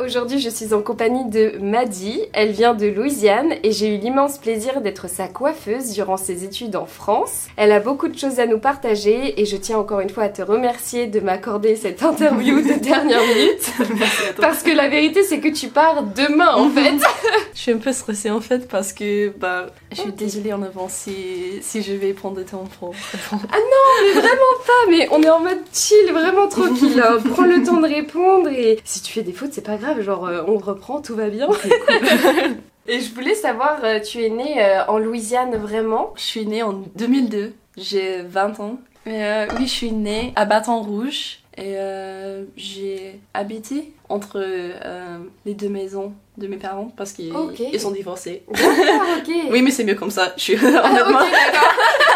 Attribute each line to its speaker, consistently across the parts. Speaker 1: Aujourd'hui, je suis en compagnie de Maddy. Elle vient de Louisiane et j'ai eu l'immense plaisir d'être sa coiffeuse durant ses études en France. Elle a beaucoup de choses à nous partager et je tiens encore une fois à te remercier de m'accorder cette interview de dernière minute. Parce que la vérité, c'est que tu pars demain en fait.
Speaker 2: Je suis un peu stressée en fait parce que bah, je suis désolée en avance si, si je vais prendre des temps pour.
Speaker 1: Mais vraiment pas, Ah, mais on est en mode chill, vraiment tranquille. hein. Prends le temps de répondre et si tu fais des fautes, c'est pas grave, genre euh, on reprend, tout va bien. Et je voulais savoir, euh, tu es née euh, en Louisiane vraiment
Speaker 2: Je suis née en 2002, j'ai 20 ans. Mais euh, oui, je suis née à Baton Rouge et euh, j'ai habité entre euh, les deux maisons de mes parents parce qu'ils
Speaker 1: Ok.
Speaker 2: ils sont divorcés.
Speaker 1: Ah, ok.
Speaker 2: Oui, mais c'est mieux comme ça, je suis
Speaker 1: Ah, ok,
Speaker 2: honnêtement.
Speaker 1: d'accord.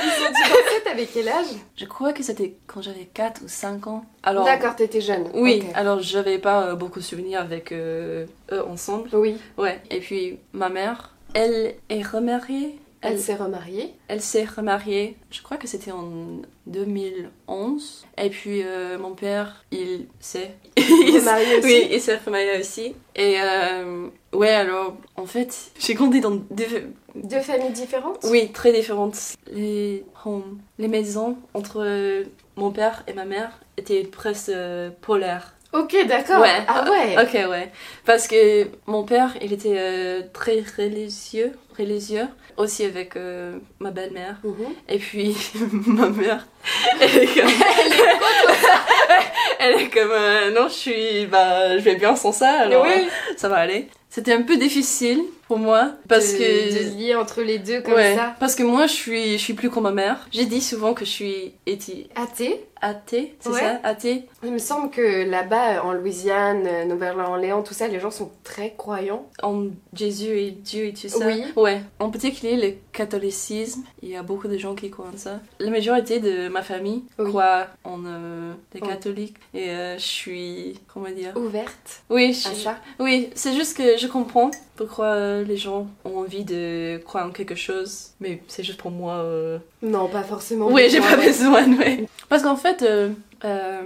Speaker 1: Ils ont dit en fait, avec quel âge
Speaker 2: Je crois que c'était quand j'avais 4 ou 5 ans. Alors,
Speaker 1: D'accord, t'étais jeune.
Speaker 2: oui,
Speaker 1: Ok.
Speaker 2: alors j'avais pas euh, beaucoup de souvenirs avec euh, eux ensemble.
Speaker 1: Oui,
Speaker 2: Ouais, et puis ma mère, elle est remariée.
Speaker 1: elle,
Speaker 2: Elle,
Speaker 1: s'est remariée.
Speaker 2: elle s'est remariée, je crois que c'était en 2011. Et puis euh, mon père, il s'est. il s'est-
Speaker 1: Remariée aussi.
Speaker 2: oui, il s'est remarié aussi. Et euh, ouais, alors en fait, j'ai grandi dans deux.
Speaker 1: Deux familles différentes
Speaker 2: Oui, très différentes. Les homes, les maisons entre euh, mon père et ma mère étaient presque euh, polaires.
Speaker 1: Ok, d'accord.
Speaker 2: Ouais.
Speaker 1: Ah ouais.
Speaker 2: Ok, ouais. Parce que mon père, il était euh, très religieux, religieux, aussi avec euh, ma belle-mère.
Speaker 1: Mhm.
Speaker 2: Et puis, ma mère, elle est comme... elle est comme, euh, non, je suis, bah, je vais bien sans ça, alors
Speaker 1: Oui.
Speaker 2: euh, ça va aller. C'était un peu difficile pour moi, parce
Speaker 1: de,
Speaker 2: que...
Speaker 1: de lier entre les deux comme
Speaker 2: ouais,
Speaker 1: ça.
Speaker 2: parce que moi, je suis, je suis plus comme ma mère. J'ai dit souvent que je suis éti-
Speaker 1: Athée
Speaker 2: athée, c'est
Speaker 1: Ouais.
Speaker 2: ça Athée
Speaker 1: Il me semble que là-bas, en Louisiane, euh, Nouvelle-Orléans, tout ça, les gens sont très croyants.
Speaker 2: en Jésus et Dieu et tout ça.
Speaker 1: Oui.
Speaker 2: Ouais. En particulier le catholicisme, il y a beaucoup de gens qui croient en ça. La majorité de ma famille
Speaker 1: Oui.
Speaker 2: croit en euh, les
Speaker 1: Oui.
Speaker 2: catholiques et euh, je suis comment dire
Speaker 1: Ouverte
Speaker 2: Oui,
Speaker 1: à
Speaker 2: je-
Speaker 1: ça.
Speaker 2: oui, c'est juste que je comprends pourquoi euh, les gens ont envie de croire en quelque chose, mais c'est juste pour moi euh,
Speaker 1: Non, pas forcément.
Speaker 2: oui, j'ai
Speaker 1: Ouais.
Speaker 2: pas besoin, ouais. Parce qu'en fait, euh, euh,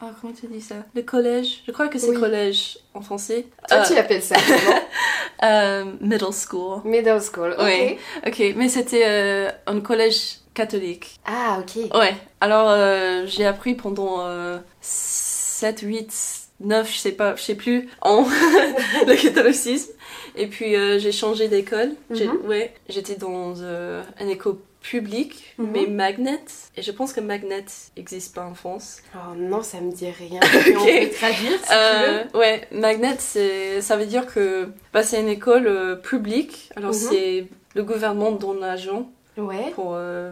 Speaker 2: ah, comment tu dis ça Le collège, je crois que c'est
Speaker 1: Oui.
Speaker 2: collège en français.
Speaker 1: Toi,
Speaker 2: Euh,
Speaker 1: tu appelles ça comment
Speaker 2: euh, middle school.
Speaker 1: Middle school, ok.
Speaker 2: Oui. Ok, mais c'était euh, un collège catholique.
Speaker 1: Ah, ok.
Speaker 2: Ouais, alors euh, j'ai appris pendant euh, 7, 8, 9, je sais pas, je sais plus, en le catholicisme. Et puis euh, j'ai changé d'école. J'ai-
Speaker 1: Mhm.
Speaker 2: Ouais, j'étais dans euh, une école publique,
Speaker 1: Mhm.
Speaker 2: mais Magnet. Et je pense que Magnet n'existe pas en France.
Speaker 1: Oh non, ça me dit rien. Mais On peut traduire si
Speaker 2: Euh, ouais, Magnet, c'est- ça veut dire que bah, c'est une école euh, publique. Alors
Speaker 1: Mhm.
Speaker 2: c'est le gouvernement donne l'argent
Speaker 1: tu veux. Ouais.
Speaker 2: pour euh,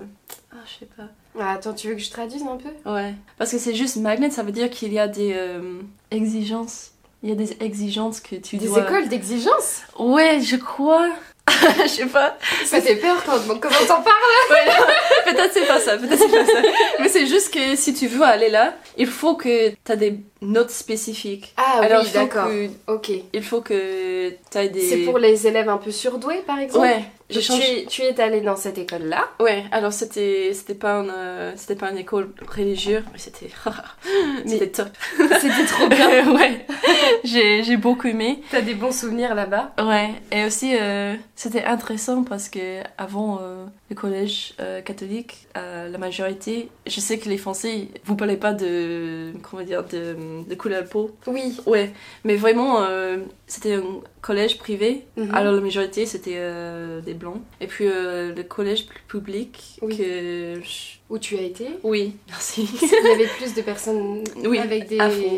Speaker 2: ah je sais pas
Speaker 1: Ah, attends, tu veux que je traduise un peu
Speaker 2: ouais parce que c'est juste magnet ça veut dire qu'il y a des euh, exigences il y a des exigences que tu
Speaker 1: Des
Speaker 2: dois
Speaker 1: écoles d'exigence
Speaker 2: ouais je crois je sais pas
Speaker 1: Ça fait peur quand comment t'en parles
Speaker 2: peut-être c'est pas ça peut-être c'est pas ça mais c'est juste que si tu veux aller là il faut que t'as des notes spécifiques
Speaker 1: Ah
Speaker 2: alors
Speaker 1: oui,
Speaker 2: il faut
Speaker 1: d'accord.
Speaker 2: que
Speaker 1: Ok.
Speaker 2: il faut que t'aies des
Speaker 1: C'est pour les élèves un peu surdoués, par exemple
Speaker 2: ouais j'ai
Speaker 1: Donc,
Speaker 2: changé
Speaker 1: tu, es, tu es allée dans cette école-là.
Speaker 2: ouais alors c'était c'était pas une euh, c'était pas une école religieuse mais c'était c'était top
Speaker 1: C'était trop
Speaker 2: ouais j'ai j'ai beaucoup aimé
Speaker 1: T'as des bons souvenirs là-bas
Speaker 2: Ouais, et aussi euh, c'était intéressant parce que avant euh, le collège euh, catholique, euh, la majorité, je sais que les Français, vous parlez pas de comment dire de, de couleur de peau.
Speaker 1: Oui.
Speaker 2: Ouais, mais vraiment euh, c'était un collège privé,
Speaker 1: Mhm.
Speaker 2: alors la majorité c'était euh, des blancs. Et puis euh, le collège public
Speaker 1: Oui.
Speaker 2: que je-
Speaker 1: Où tu as été
Speaker 2: oui, merci.
Speaker 1: Il y avait plus de personnes
Speaker 2: oui.
Speaker 1: avec des.
Speaker 2: à fond.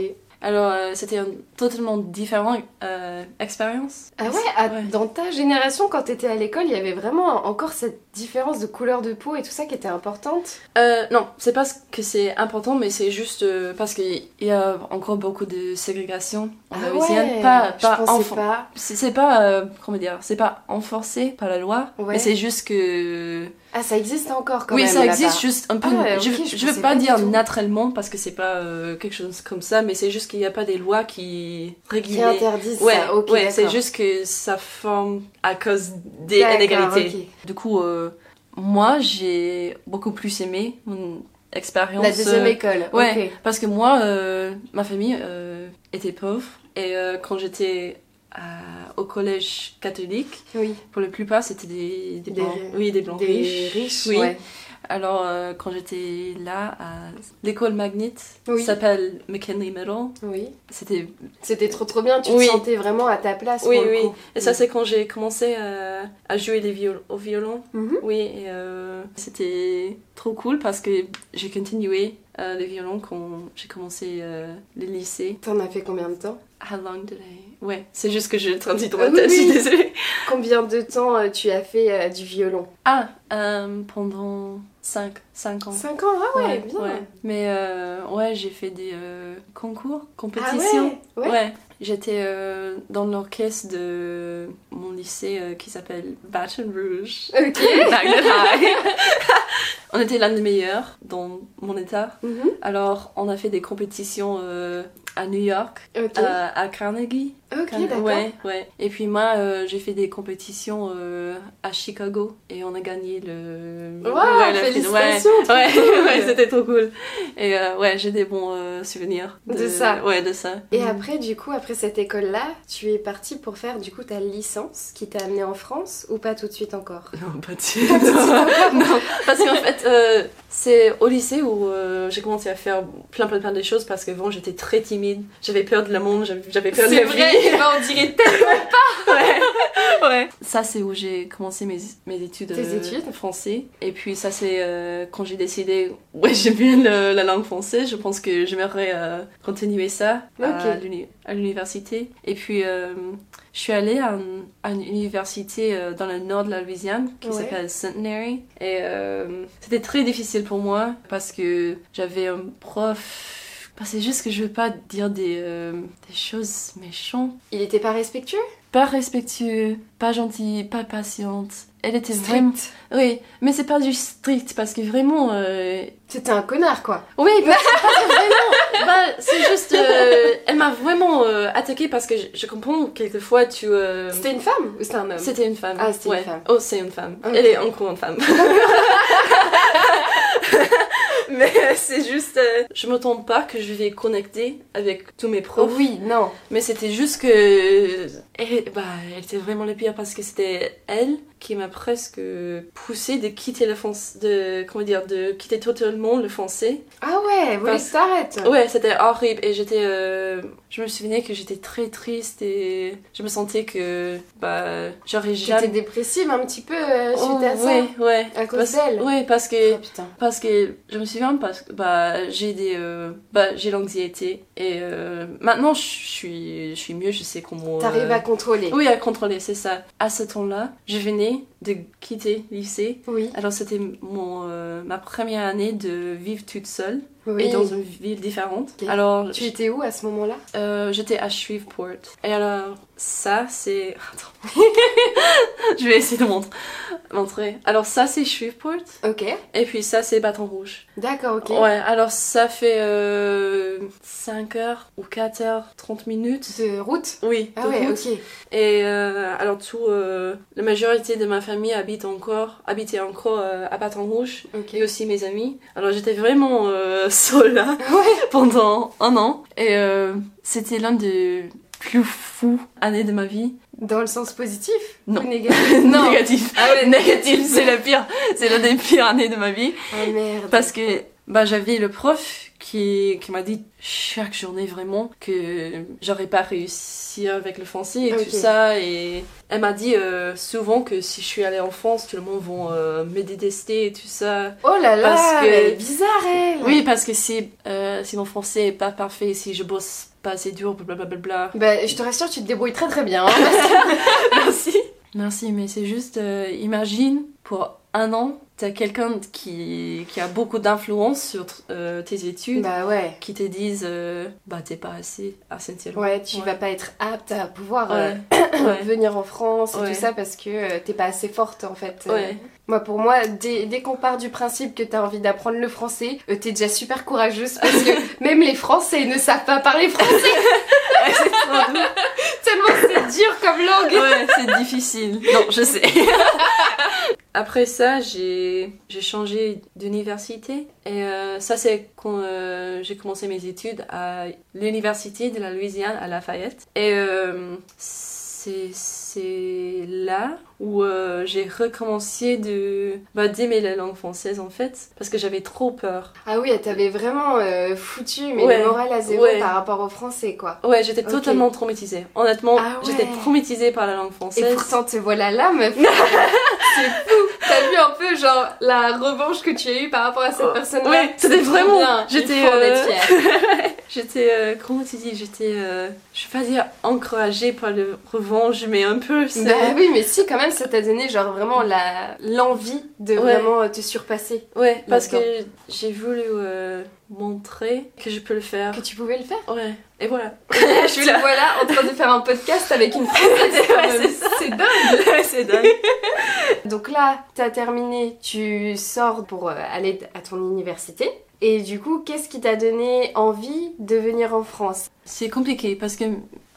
Speaker 2: Alors euh, c'était une totalement différente euh, expérience.
Speaker 1: Ah ouais, à-
Speaker 2: Ouais.
Speaker 1: dans ta génération, quand t'étais à l'école, il y avait vraiment encore cette différence de couleur de peau et tout ça qui était importante.
Speaker 2: Euh, non, c'est pas que c'est important, mais c'est juste euh, parce qu'il y a encore beaucoup de ségrégation en Louisiane. Euh, Pas, pas
Speaker 1: Ah je pensais
Speaker 2: enfo-
Speaker 1: pas.
Speaker 2: C'est c'est pas, euh, comment dire, c'est pas enforcé par la loi,
Speaker 1: Ouais.
Speaker 2: mais c'est juste que.
Speaker 1: Ah, ça existe encore quand
Speaker 2: oui,
Speaker 1: même.
Speaker 2: ça existe
Speaker 1: là-bas.
Speaker 2: juste un peu.
Speaker 1: Ah ouais,
Speaker 2: je,
Speaker 1: ok, je
Speaker 2: je veux
Speaker 1: pensais
Speaker 2: pas,
Speaker 1: pas du
Speaker 2: dire
Speaker 1: tout.
Speaker 2: naturellement parce que c'est pas euh, quelque chose comme ça, mais c'est juste qu'il n'y a pas des lois qui
Speaker 1: Qui
Speaker 2: régulent.
Speaker 1: interdisent
Speaker 2: Ouais,
Speaker 1: ça. Ok,
Speaker 2: ouais, c'est
Speaker 1: d'accord.
Speaker 2: juste que ça forme à cause des
Speaker 1: D'accord,
Speaker 2: inégalités.
Speaker 1: ok.
Speaker 2: Du coup, euh, moi, j'ai beaucoup plus aimé mon expérience.
Speaker 1: La deuxième
Speaker 2: euh,
Speaker 1: école.
Speaker 2: ouais.
Speaker 1: ok.
Speaker 2: Parce que moi, euh, ma famille euh, était pauvre. Et euh, quand j'étais à- au collège catholique,
Speaker 1: Oui.
Speaker 2: pour la plupart, c'était des, des,
Speaker 1: Des-
Speaker 2: blancs. Oui, des blancs
Speaker 1: Des
Speaker 2: riches.
Speaker 1: riches.
Speaker 2: euh, oui.
Speaker 1: ouais.
Speaker 2: Alors, euh, quand j'étais là, à l'école Magnite,
Speaker 1: Oui.
Speaker 2: ça s'appelle McKinley Middle,
Speaker 1: Oui.
Speaker 2: c'était...
Speaker 1: C'était trop trop bien. Tu
Speaker 2: Oui.
Speaker 1: te sentais vraiment à ta place.
Speaker 2: Oui,
Speaker 1: pour le
Speaker 2: oui.
Speaker 1: coup.
Speaker 2: Et ça, c'est quand j'ai commencé à, à jouer les viol- au violon.
Speaker 1: Mhm.
Speaker 2: Oui, et euh, c'était trop cool parce que j'ai continué euh, le violon quand j'ai commencé euh, le lycée.
Speaker 1: T'en as fait combien de temps
Speaker 2: How long did I... Ouais, c'est juste que j'ai traduit dans
Speaker 1: Ah
Speaker 2: ma
Speaker 1: oui,
Speaker 2: tête, je suis
Speaker 1: oui.
Speaker 2: désolée.
Speaker 1: Combien de temps euh, tu as fait euh, du violon
Speaker 2: Ah, euh, pendant 5, 5 ans.
Speaker 1: 5 ans. Ah ouais, bien.
Speaker 2: Mais euh, ouais, j'ai fait des euh, concours,
Speaker 1: Ah
Speaker 2: compétitions.
Speaker 1: ouais, ouais.
Speaker 2: Ouais. j'étais euh, dans l'orchestre de mon lycée euh, qui s'appelle Baton Rouge.
Speaker 1: Ok.
Speaker 2: Magnet High. on était l'un des meilleurs dans mon état.
Speaker 1: Mhm.
Speaker 2: Alors, on a fait des compétitions euh, à New York,
Speaker 1: Ok.
Speaker 2: euh, à Carnegie.
Speaker 1: ok,
Speaker 2: Carne-
Speaker 1: d'accord.
Speaker 2: ouais, ouais. Et puis moi, euh, j'ai fait des compétitions euh, à Chicago et on a gagné le.
Speaker 1: Waouh,
Speaker 2: ouais, la finale. Ouais.
Speaker 1: félicitations. trop
Speaker 2: Ouais,
Speaker 1: cool.
Speaker 2: ouais, c'était trop cool. Et euh, ouais, j'ai des bons euh, souvenirs.
Speaker 1: De ça.
Speaker 2: Ouais, de ça.
Speaker 1: Et après, du coup, après cette école-là, tu es partie pour faire du coup ta licence qui t'a amenée en France ou pas tout de suite encore
Speaker 2: Non, pas de
Speaker 1: Pas tout de suite encore
Speaker 2: Non, parce qu'en fait, euh, c'est au lycée où euh, j'ai commencé à faire plein, plein, plein de choses parce que avant j'étais très timide, j'avais peur de la monde, j'avais j'avais peur de la
Speaker 1: C'est vrai,
Speaker 2: vie.
Speaker 1: eh ben, on dirait tellement.
Speaker 2: ouais. ouais. Ça, c'est où j'ai commencé mes, mes études,
Speaker 1: Tes
Speaker 2: euh,
Speaker 1: études.
Speaker 2: français. Et puis, ça, c'est euh, quand j'ai décidé, ouais, j'aime bien le- la langue française, je pense que j'aimerais euh, continuer ça à
Speaker 1: Ok.
Speaker 2: l'uni- à l'université. Et puis, euh, je suis allée à, un- à une université euh, dans le nord de la Louisiane qui
Speaker 1: Ouais.
Speaker 2: s'appelle Centenary. Et euh, c'était très difficile pour moi parce que j'avais un prof. bah, C'est juste que je veux pas dire des, euh, des choses méchantes
Speaker 1: Il était pas respectueux
Speaker 2: pas respectueux, pas gentille, pas patiente. Elle était vraiment. Oui, mais c'est pas du strict parce que vraiment. euh,
Speaker 1: C'était un connard, quoi.
Speaker 2: Oui, parce que- parce que vraiment. Bah, c'est juste. euh, Elle m'a vraiment euh, attaquée parce que je, je comprends quelquefois tu. euh,
Speaker 1: C'était une femme ou c'était un homme
Speaker 2: C'était une femme.
Speaker 1: Ah, c'était une
Speaker 2: Ouais.
Speaker 1: femme.
Speaker 2: Oh, c'est une femme.
Speaker 1: Ok.
Speaker 2: Elle est encore une femme. Mais c'est juste. euh, Je m'attends pas que je vais connecter avec tous mes
Speaker 1: Oh
Speaker 2: profs.
Speaker 1: oui, non.
Speaker 2: Mais c'était juste que. Elle, bah, elle était vraiment le pire parce que c'était elle qui m'a presque poussé de quitter le français. De, comment dire De quitter totalement le français.
Speaker 1: Ah ouais, voilà,
Speaker 2: Parce-
Speaker 1: s'arrête.
Speaker 2: Ouais, c'était horrible et j'étais. euh, je me souvenais que j'étais très triste et je me sentais que. Bah, j'aurais
Speaker 1: J'étais
Speaker 2: jamais.
Speaker 1: dépressive un petit peu euh,
Speaker 2: Oh,
Speaker 1: suite à ça.
Speaker 2: ouais, ouais.
Speaker 1: À cause
Speaker 2: Parce-
Speaker 1: d'elle.
Speaker 2: Ouais, parce que.
Speaker 1: Oh putain.
Speaker 2: Parce que je me souviens parce que bah j'ai des euh, bah j'ai l'anxiété et euh, maintenant je suis je suis mieux je sais comment euh,
Speaker 1: T'arrives à contrôler.
Speaker 2: oui, à contrôler, c'est ça. À ce temps-là, je venais de quitter le lycée.
Speaker 1: Oui.
Speaker 2: Alors c'était mon euh, ma première année de vivre toute seule
Speaker 1: oui.
Speaker 2: et dans une ville différente.
Speaker 1: Ok.
Speaker 2: Alors
Speaker 1: Tu étais où à ce moment-là
Speaker 2: euh, j'étais à Shreveport. Et alors ça c'est attends. je vais essayer de mont- montrer. Alors ça c'est Shreveport
Speaker 1: Ok.
Speaker 2: et puis ça c'est Baton Rouge.
Speaker 1: D'accord, ok.
Speaker 2: Ouais, alors ça fait euh, 5 heures ou 4 heures 30 minutes.
Speaker 1: De route
Speaker 2: Oui,
Speaker 1: Ah
Speaker 2: de
Speaker 1: ouais,
Speaker 2: route.
Speaker 1: ok.
Speaker 2: Et euh, alors tout, euh, la majorité de ma famille habite encore, habitait encore euh, à Baton Rouge
Speaker 1: Ok.
Speaker 2: et aussi mes amis. Alors j'étais vraiment euh, seule là
Speaker 1: Ouais.
Speaker 2: pendant un an et euh, c'était l'un des plus fous années de ma vie.
Speaker 1: Dans le sens positif
Speaker 2: Non.
Speaker 1: Ou négatif Non.
Speaker 2: négatif,
Speaker 1: Ah ouais,
Speaker 2: négatif, c'est la pire, c'est l'un des pires années de ma vie
Speaker 1: Ah merde.
Speaker 2: parce que bah j'avais le prof qui qui m'a dit chaque journée vraiment que j'aurais pas réussi avec le français et
Speaker 1: Ah, Ok.
Speaker 2: tout ça et elle m'a dit euh, souvent que si je suis allée en France tout le monde vont euh, me détester et tout ça
Speaker 1: Oh là là,
Speaker 2: Parce que-
Speaker 1: elle est bizarre elle
Speaker 2: oui parce que si euh, si mon français est pas parfait si je bosse pas assez dur blablabla
Speaker 1: Bah, je te rassure, tu te débrouilles très très bien. hein.
Speaker 2: merci merci mais c'est juste euh, imagine pour un an t'as quelqu'un qui qui a beaucoup d'influence sur euh, tes études
Speaker 1: bah ouais.
Speaker 2: qui te disent euh, bah t'es pas assez essentiel.
Speaker 1: Ouais, tu
Speaker 2: Ouais.
Speaker 1: vas pas être apte à pouvoir
Speaker 2: ouais.
Speaker 1: euh,
Speaker 2: ouais.
Speaker 1: venir en France et
Speaker 2: Ouais.
Speaker 1: tout ça parce que euh, t'es pas assez forte en fait. Euh,
Speaker 2: ouais.
Speaker 1: Moi, pour moi, dès, dès qu'on part du principe que t'as envie d'apprendre le français, euh, t'es déjà super courageuse parce que même les Français ne savent pas parler français.
Speaker 2: c'est trop doux.
Speaker 1: Tellement c'est dur comme langue.
Speaker 2: Ouais, c'est difficile. Non, je sais. Après ça, j'ai j'ai changé d'université. Et euh, ça, c'est quand euh, j'ai commencé mes études à l'université de la Louisiane à Lafayette. Et euh, c'est- c'est là où euh, j'ai recommencé de bah, d'aimer la langue française en fait parce que j'avais trop peur
Speaker 1: Ah oui, elle t'avait vraiment euh, foutu, mais
Speaker 2: Ouais,
Speaker 1: le moral à zéro
Speaker 2: ouais.
Speaker 1: par rapport au français, quoi.
Speaker 2: ouais j'étais
Speaker 1: Ok.
Speaker 2: totalement traumatisée honnêtement
Speaker 1: Ah ouais.
Speaker 2: j'étais traumatisée par la langue
Speaker 1: Et
Speaker 2: française
Speaker 1: pourtant, te voilà là, meuf. c'est fou. T'as vu un peu, genre, la revanche que tu as eue par rapport à cette
Speaker 2: Oh,
Speaker 1: personne-là
Speaker 2: ouais, c'était
Speaker 1: C'est trop
Speaker 2: vraiment-
Speaker 1: bien.
Speaker 2: j'étais,
Speaker 1: Il faut en être
Speaker 2: euh,
Speaker 1: fière. Bah
Speaker 2: J'étais, euh, comment tu dis, j'étais, euh, je vais pas dire encouragée par le revanche, mais un peu. c'est-
Speaker 1: Bah oui, mais si, quand même, ça t'a donné, genre, vraiment la- l'envie de
Speaker 2: Ouais.
Speaker 1: vraiment euh, te surpasser.
Speaker 2: Ouais, parce que
Speaker 1: Maintenant.
Speaker 2: j'ai voulu euh, montrer que je peux le faire.
Speaker 1: Que tu pouvais le faire.
Speaker 2: Ouais, et voilà. je suis là.
Speaker 1: Te voilà en train de faire un podcast avec une française.
Speaker 2: Ouais, c'est ça.
Speaker 1: c'est dingue.
Speaker 2: Ouais, c'est dingue.
Speaker 1: Donc là, t'as terminé, tu sors pour euh, aller à ton université. Et du coup, qu'est-ce qui t'a donné envie de venir en France
Speaker 2: C'est compliqué parce que.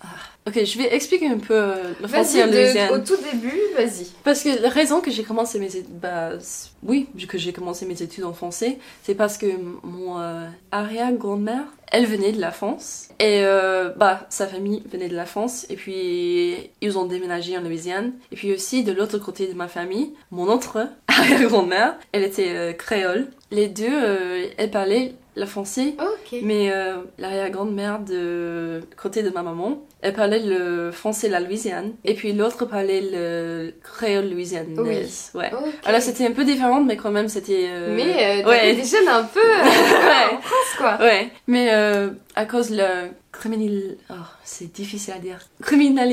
Speaker 2: ah. Ok, je vais expliquer un peu euh, le français en
Speaker 1: Vas-y, de-
Speaker 2: Louisiane.
Speaker 1: au tout début, vas-y.
Speaker 2: Parce que la raison que j'ai commencé mes études, bah, c- oui, que j'ai commencé mes études en français, c'est parce que mon euh, arrière-grand-mère, elle venait de la France et euh, bah sa famille venait de la France et puis ils ont déménagé en Louisiane et puis aussi de l'autre côté de ma famille, mon autre arrière-grand-mère, elle était euh, créole. Les deux, euh, elles parlaient le français
Speaker 1: Ok.
Speaker 2: mais euh, l'arrière-grand-mère de côté de ma maman, elle parlait le français la Louisiane et puis l'autre parlait le créole louisianaise. Ouais.
Speaker 1: Ok.
Speaker 2: Alors c'était un peu différent, mais quand même c'était. euh,
Speaker 1: Mais euh,
Speaker 2: ouais.
Speaker 1: t'avais des jeunes un peu euh,
Speaker 2: Ouais.
Speaker 1: en France, quoi.
Speaker 2: Ouais, mais euh, à cause de la criminal... oh, c'est difficile à dire.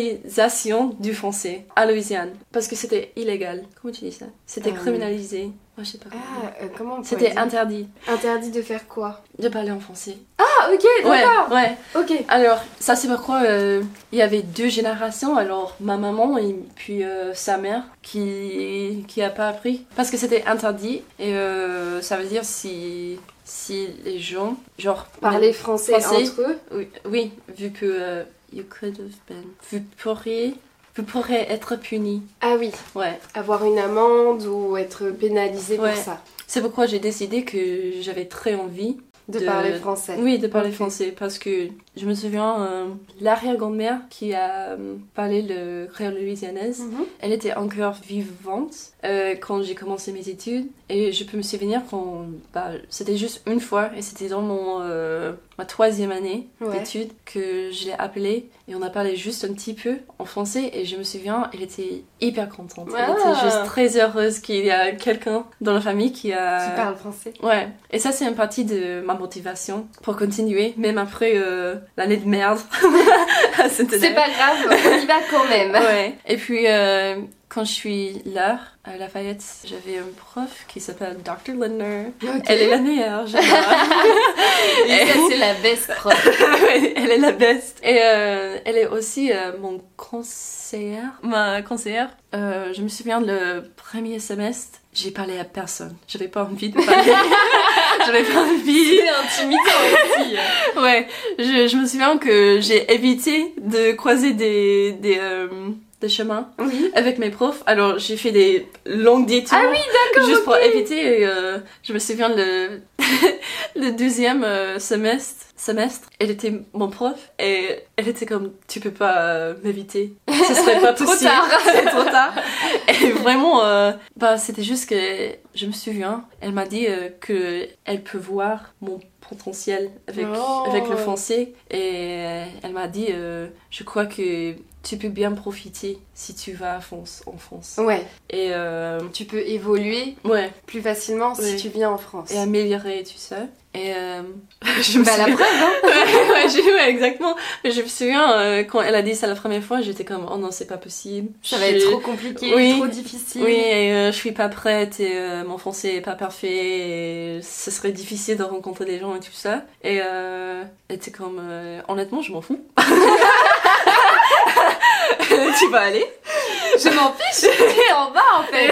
Speaker 2: criminalisation du français à Louisiane. Parce que c'était illégal. Comment tu dis ça C'était
Speaker 1: Euh.
Speaker 2: criminalisé. Moi, je sais pas. comment dire.
Speaker 1: Ah, euh, comment on pourrait
Speaker 2: c'était
Speaker 1: dire
Speaker 2: interdit
Speaker 1: interdit de faire quoi
Speaker 2: de parler en français.
Speaker 1: Ah, ok,
Speaker 2: ouais,
Speaker 1: d'accord.
Speaker 2: ouais.
Speaker 1: Ok.
Speaker 2: Alors, ça c'est pourquoi euh, il y avait deux générations. Alors, ma maman et puis euh, sa mère qui qui a pas appris parce que c'était interdit et euh, ça veut dire si si les gens genre
Speaker 1: Parler français,
Speaker 2: Français.
Speaker 1: entre eux.
Speaker 2: oui, oui, vu que euh, you could have been vous pourriez vous pourrez être puni
Speaker 1: Ah oui,
Speaker 2: ouais
Speaker 1: avoir une amende ou être pénalisé
Speaker 2: Ouais.
Speaker 1: pour ça.
Speaker 2: c'est pourquoi j'ai décidé que j'avais très envie
Speaker 1: De,
Speaker 2: De-
Speaker 1: parler français.
Speaker 2: Oui, de parler
Speaker 1: Ok.
Speaker 2: français, parce que je me souviens, euh, l'arrière-grand-mère qui a euh, parlé le créole louisianaise,
Speaker 1: Mhm.
Speaker 2: elle était encore vivante euh, quand j'ai commencé mes études. Et je peux me souvenir quand bah, c'était juste une fois, et c'était dans mon, euh, ma troisième année
Speaker 1: Ouais.
Speaker 2: d'études, que je l'ai appelée, et on a parlé juste un petit peu en français, et je me souviens, elle était hyper contente. Elle
Speaker 1: Ah.
Speaker 2: était juste très heureuse qu'il y a quelqu'un dans la famille qui a...
Speaker 1: Tu parles français.
Speaker 2: Ouais, et ça c'est une partie de ma motivation pour continuer, même après euh, l'année de merde. C'était
Speaker 1: C'est pas grave, on y va quand même.
Speaker 2: Ouais. Et puis euh, quand je suis là à Lafayette, j'avais un prof qui s'appelle Dr. Lindner. Elle est la meilleure, j'adore.
Speaker 1: Et ça, c'est la best prof.
Speaker 2: Ouais, elle est la best. Et euh, elle est aussi euh, mon conseillère. Ma conseillère. Euh, je me souviens le premier semestre, j'ai parlé à personne. J'avais pas envie de parler. J'avais pas envie.
Speaker 1: C'est intimidant aussi.
Speaker 2: Ouais, je, je me souviens que j'ai évité de croiser des, des, euh, des chemins
Speaker 1: Oui.
Speaker 2: avec mes profs. Alors j'ai fait des longues détours.
Speaker 1: Ah oui, d'accord,
Speaker 2: Juste pour éviter. et, euh, je me souviens le, le deuxième euh, semestre. Semestre, elle était mon prof et elle était comme tu peux pas euh, m'éviter, ce serait pas
Speaker 1: Trop
Speaker 2: possible,
Speaker 1: tard.
Speaker 2: c'est trop tard. Et vraiment, euh, bah c'était juste que je me souviens, elle m'a dit euh, que elle peut voir mon potentiel avec
Speaker 1: Oh.
Speaker 2: avec le français et euh, elle m'a dit euh, je crois que tu peux bien profiter si tu vas à France, en France.
Speaker 1: Ouais,
Speaker 2: Et euh,
Speaker 1: tu peux évoluer
Speaker 2: ouais,
Speaker 1: plus facilement si
Speaker 2: Ouais.
Speaker 1: tu viens en France.
Speaker 2: et améliorer, tu sais. Et euh, je me
Speaker 1: Bah, la
Speaker 2: souviens... ouais, ouais, je- ouais, exactement. Mais je me souviens, euh, quand elle a dit ça la première fois, j'étais comme, oh non, c'est pas possible.
Speaker 1: Ça va
Speaker 2: Je-
Speaker 1: être trop compliqué,
Speaker 2: Oui.
Speaker 1: trop difficile.
Speaker 2: Oui, et, euh, je suis pas prête et euh, mon français est pas parfait et ce serait difficile de rencontrer des gens et tout ça. Et euh, elle était comme, euh, honnêtement, je m'en fous. tu vas aller
Speaker 1: Je m'en fiche, t'es en bas en fait.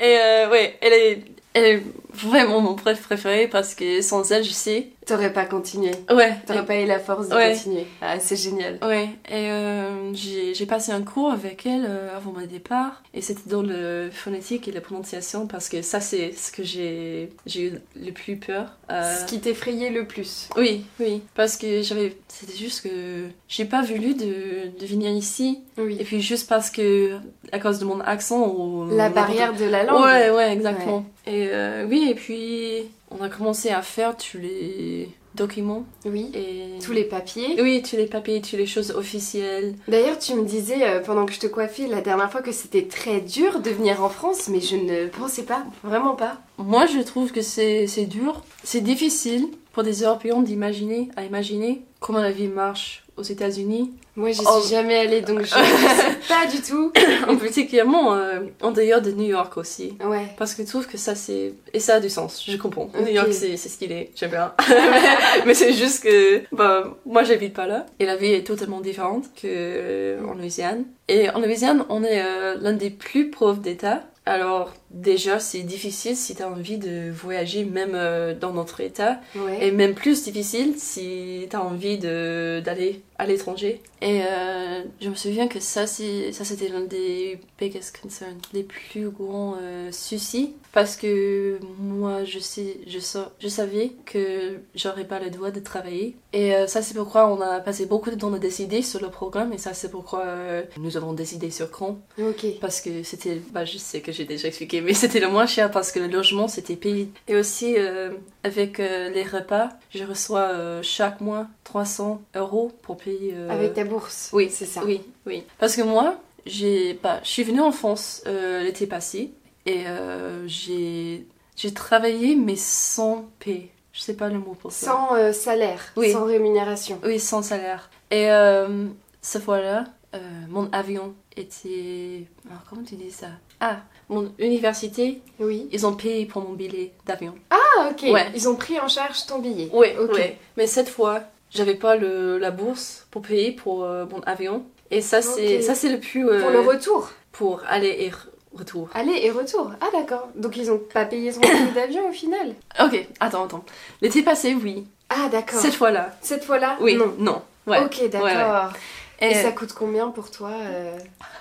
Speaker 2: Et euh, ouais, elle est, elle est vraiment mon prof préféré parce que sans elle, je sais.
Speaker 1: T'aurais pas continué.
Speaker 2: Ouais.
Speaker 1: T'aurais pas eu la force de
Speaker 2: Ouais.
Speaker 1: continuer. Ah, c'est génial.
Speaker 2: Ouais, et euh, j'ai j'ai passé un cours avec elle euh, avant mon départ, et c'était dans le phonétique et la prononciation, parce que ça, c'est ce que j'ai j'ai eu le plus peur. Euh,
Speaker 1: Ce qui t'effrayait le plus.
Speaker 2: Oui, oui, parce que j'avais. C'était juste que j'ai pas voulu de, de venir ici, et
Speaker 1: Oui.
Speaker 2: puis juste parce que, à cause de mon accent ou.
Speaker 1: La
Speaker 2: n'importe
Speaker 1: barrière de la langue.
Speaker 2: Ouais, ouais, exactement. Et euh, oui, et puis on a commencé à faire tous les documents
Speaker 1: Oui.
Speaker 2: et.
Speaker 1: Tous les papiers.
Speaker 2: Oui, tous les papiers, tous les choses officielles.
Speaker 1: D'ailleurs, tu me disais euh, pendant que je te coiffais la dernière fois que c'était très dur de venir en France, mais je ne pensais pas, vraiment pas.
Speaker 2: Moi, je trouve que c'est c'est dur, c'est difficile pour des Européens d'imaginer, à imaginer comment la vie marche aux États-Unis,
Speaker 1: Moi, j'y
Speaker 2: Oh.
Speaker 1: suis jamais allée, donc je ne sais pas du tout.
Speaker 2: en particulièrement euh, en dehors de New York aussi.
Speaker 1: Ouais.
Speaker 2: Parce que je trouve que ça, c'est. Et ça a du sens, je comprends.
Speaker 1: Ok.
Speaker 2: New York, c'est c'est stylé, j'aime bien. mais mais c'est juste que. Bah, moi, j'habite pas là. Et la vie est totalement différente qu'en Louisiane. Et en Louisiane, on est euh, l'un des plus pauvres d'États. Alors, déjà, c'est difficile si t'as envie de voyager, même euh, dans notre État.
Speaker 1: Ouais.
Speaker 2: Et même plus difficile si t'as envie de- d'aller à l'étranger. Et euh, je me souviens que ça, c'est- ça c'était l'un des biggest concerns, les plus grands euh, soucis. Parce que moi, je, sais, je, sa- je savais que j'aurais pas le droit de travailler. Et euh, ça, c'est pourquoi on a passé beaucoup de temps à décider sur le programme. Et ça, c'est pourquoi euh, nous avons décidé sur Cran.
Speaker 1: Ok.
Speaker 2: Parce que c'était, bah, je sais que j'ai déjà expliqué, mais c'était le moins cher parce que le logement c'était payé. Et aussi euh, avec euh, les repas, je reçois euh, chaque mois 300 euros pour payer. euh,
Speaker 1: Avec ta bourse.
Speaker 2: Oui,
Speaker 1: c'est ça.
Speaker 2: Oui, oui. Parce que moi, j'ai, bah, je suis venue en France euh, l'été passé et euh, j'ai, j'ai travaillé mais sans paie. Je sais pas le mot pour ça.
Speaker 1: Sans euh, salaire,
Speaker 2: Oui.
Speaker 1: sans rémunération.
Speaker 2: Oui, sans salaire. Et euh, cette fois-là, euh, mon avion était. alors, comment tu dis ça Ah, mon université,
Speaker 1: Oui.
Speaker 2: ils ont payé pour mon billet d'avion.
Speaker 1: Ah, ok.
Speaker 2: Ouais.
Speaker 1: Ils ont pris en charge ton billet.
Speaker 2: Oui,
Speaker 1: Ok.
Speaker 2: Mais cette fois, j'avais pas le, la bourse pour payer pour euh, mon avion. Et ça, c'est
Speaker 1: Ok.
Speaker 2: ça c'est le plus.
Speaker 1: Pour
Speaker 2: euh,
Speaker 1: le retour.
Speaker 2: pour aller et re- retour.
Speaker 1: Aller et retour. Ah, d'accord. Donc, ils ont pas payé ton billet d'avion au final.
Speaker 2: Ok, attends, attends. L'été passé, oui.
Speaker 1: Ah, d'accord.
Speaker 2: Cette fois-là,
Speaker 1: Cette fois-là
Speaker 2: oui.
Speaker 1: Non.
Speaker 2: Non. Ouais.
Speaker 1: Ok, d'accord. Et ça coûte combien pour toi euh,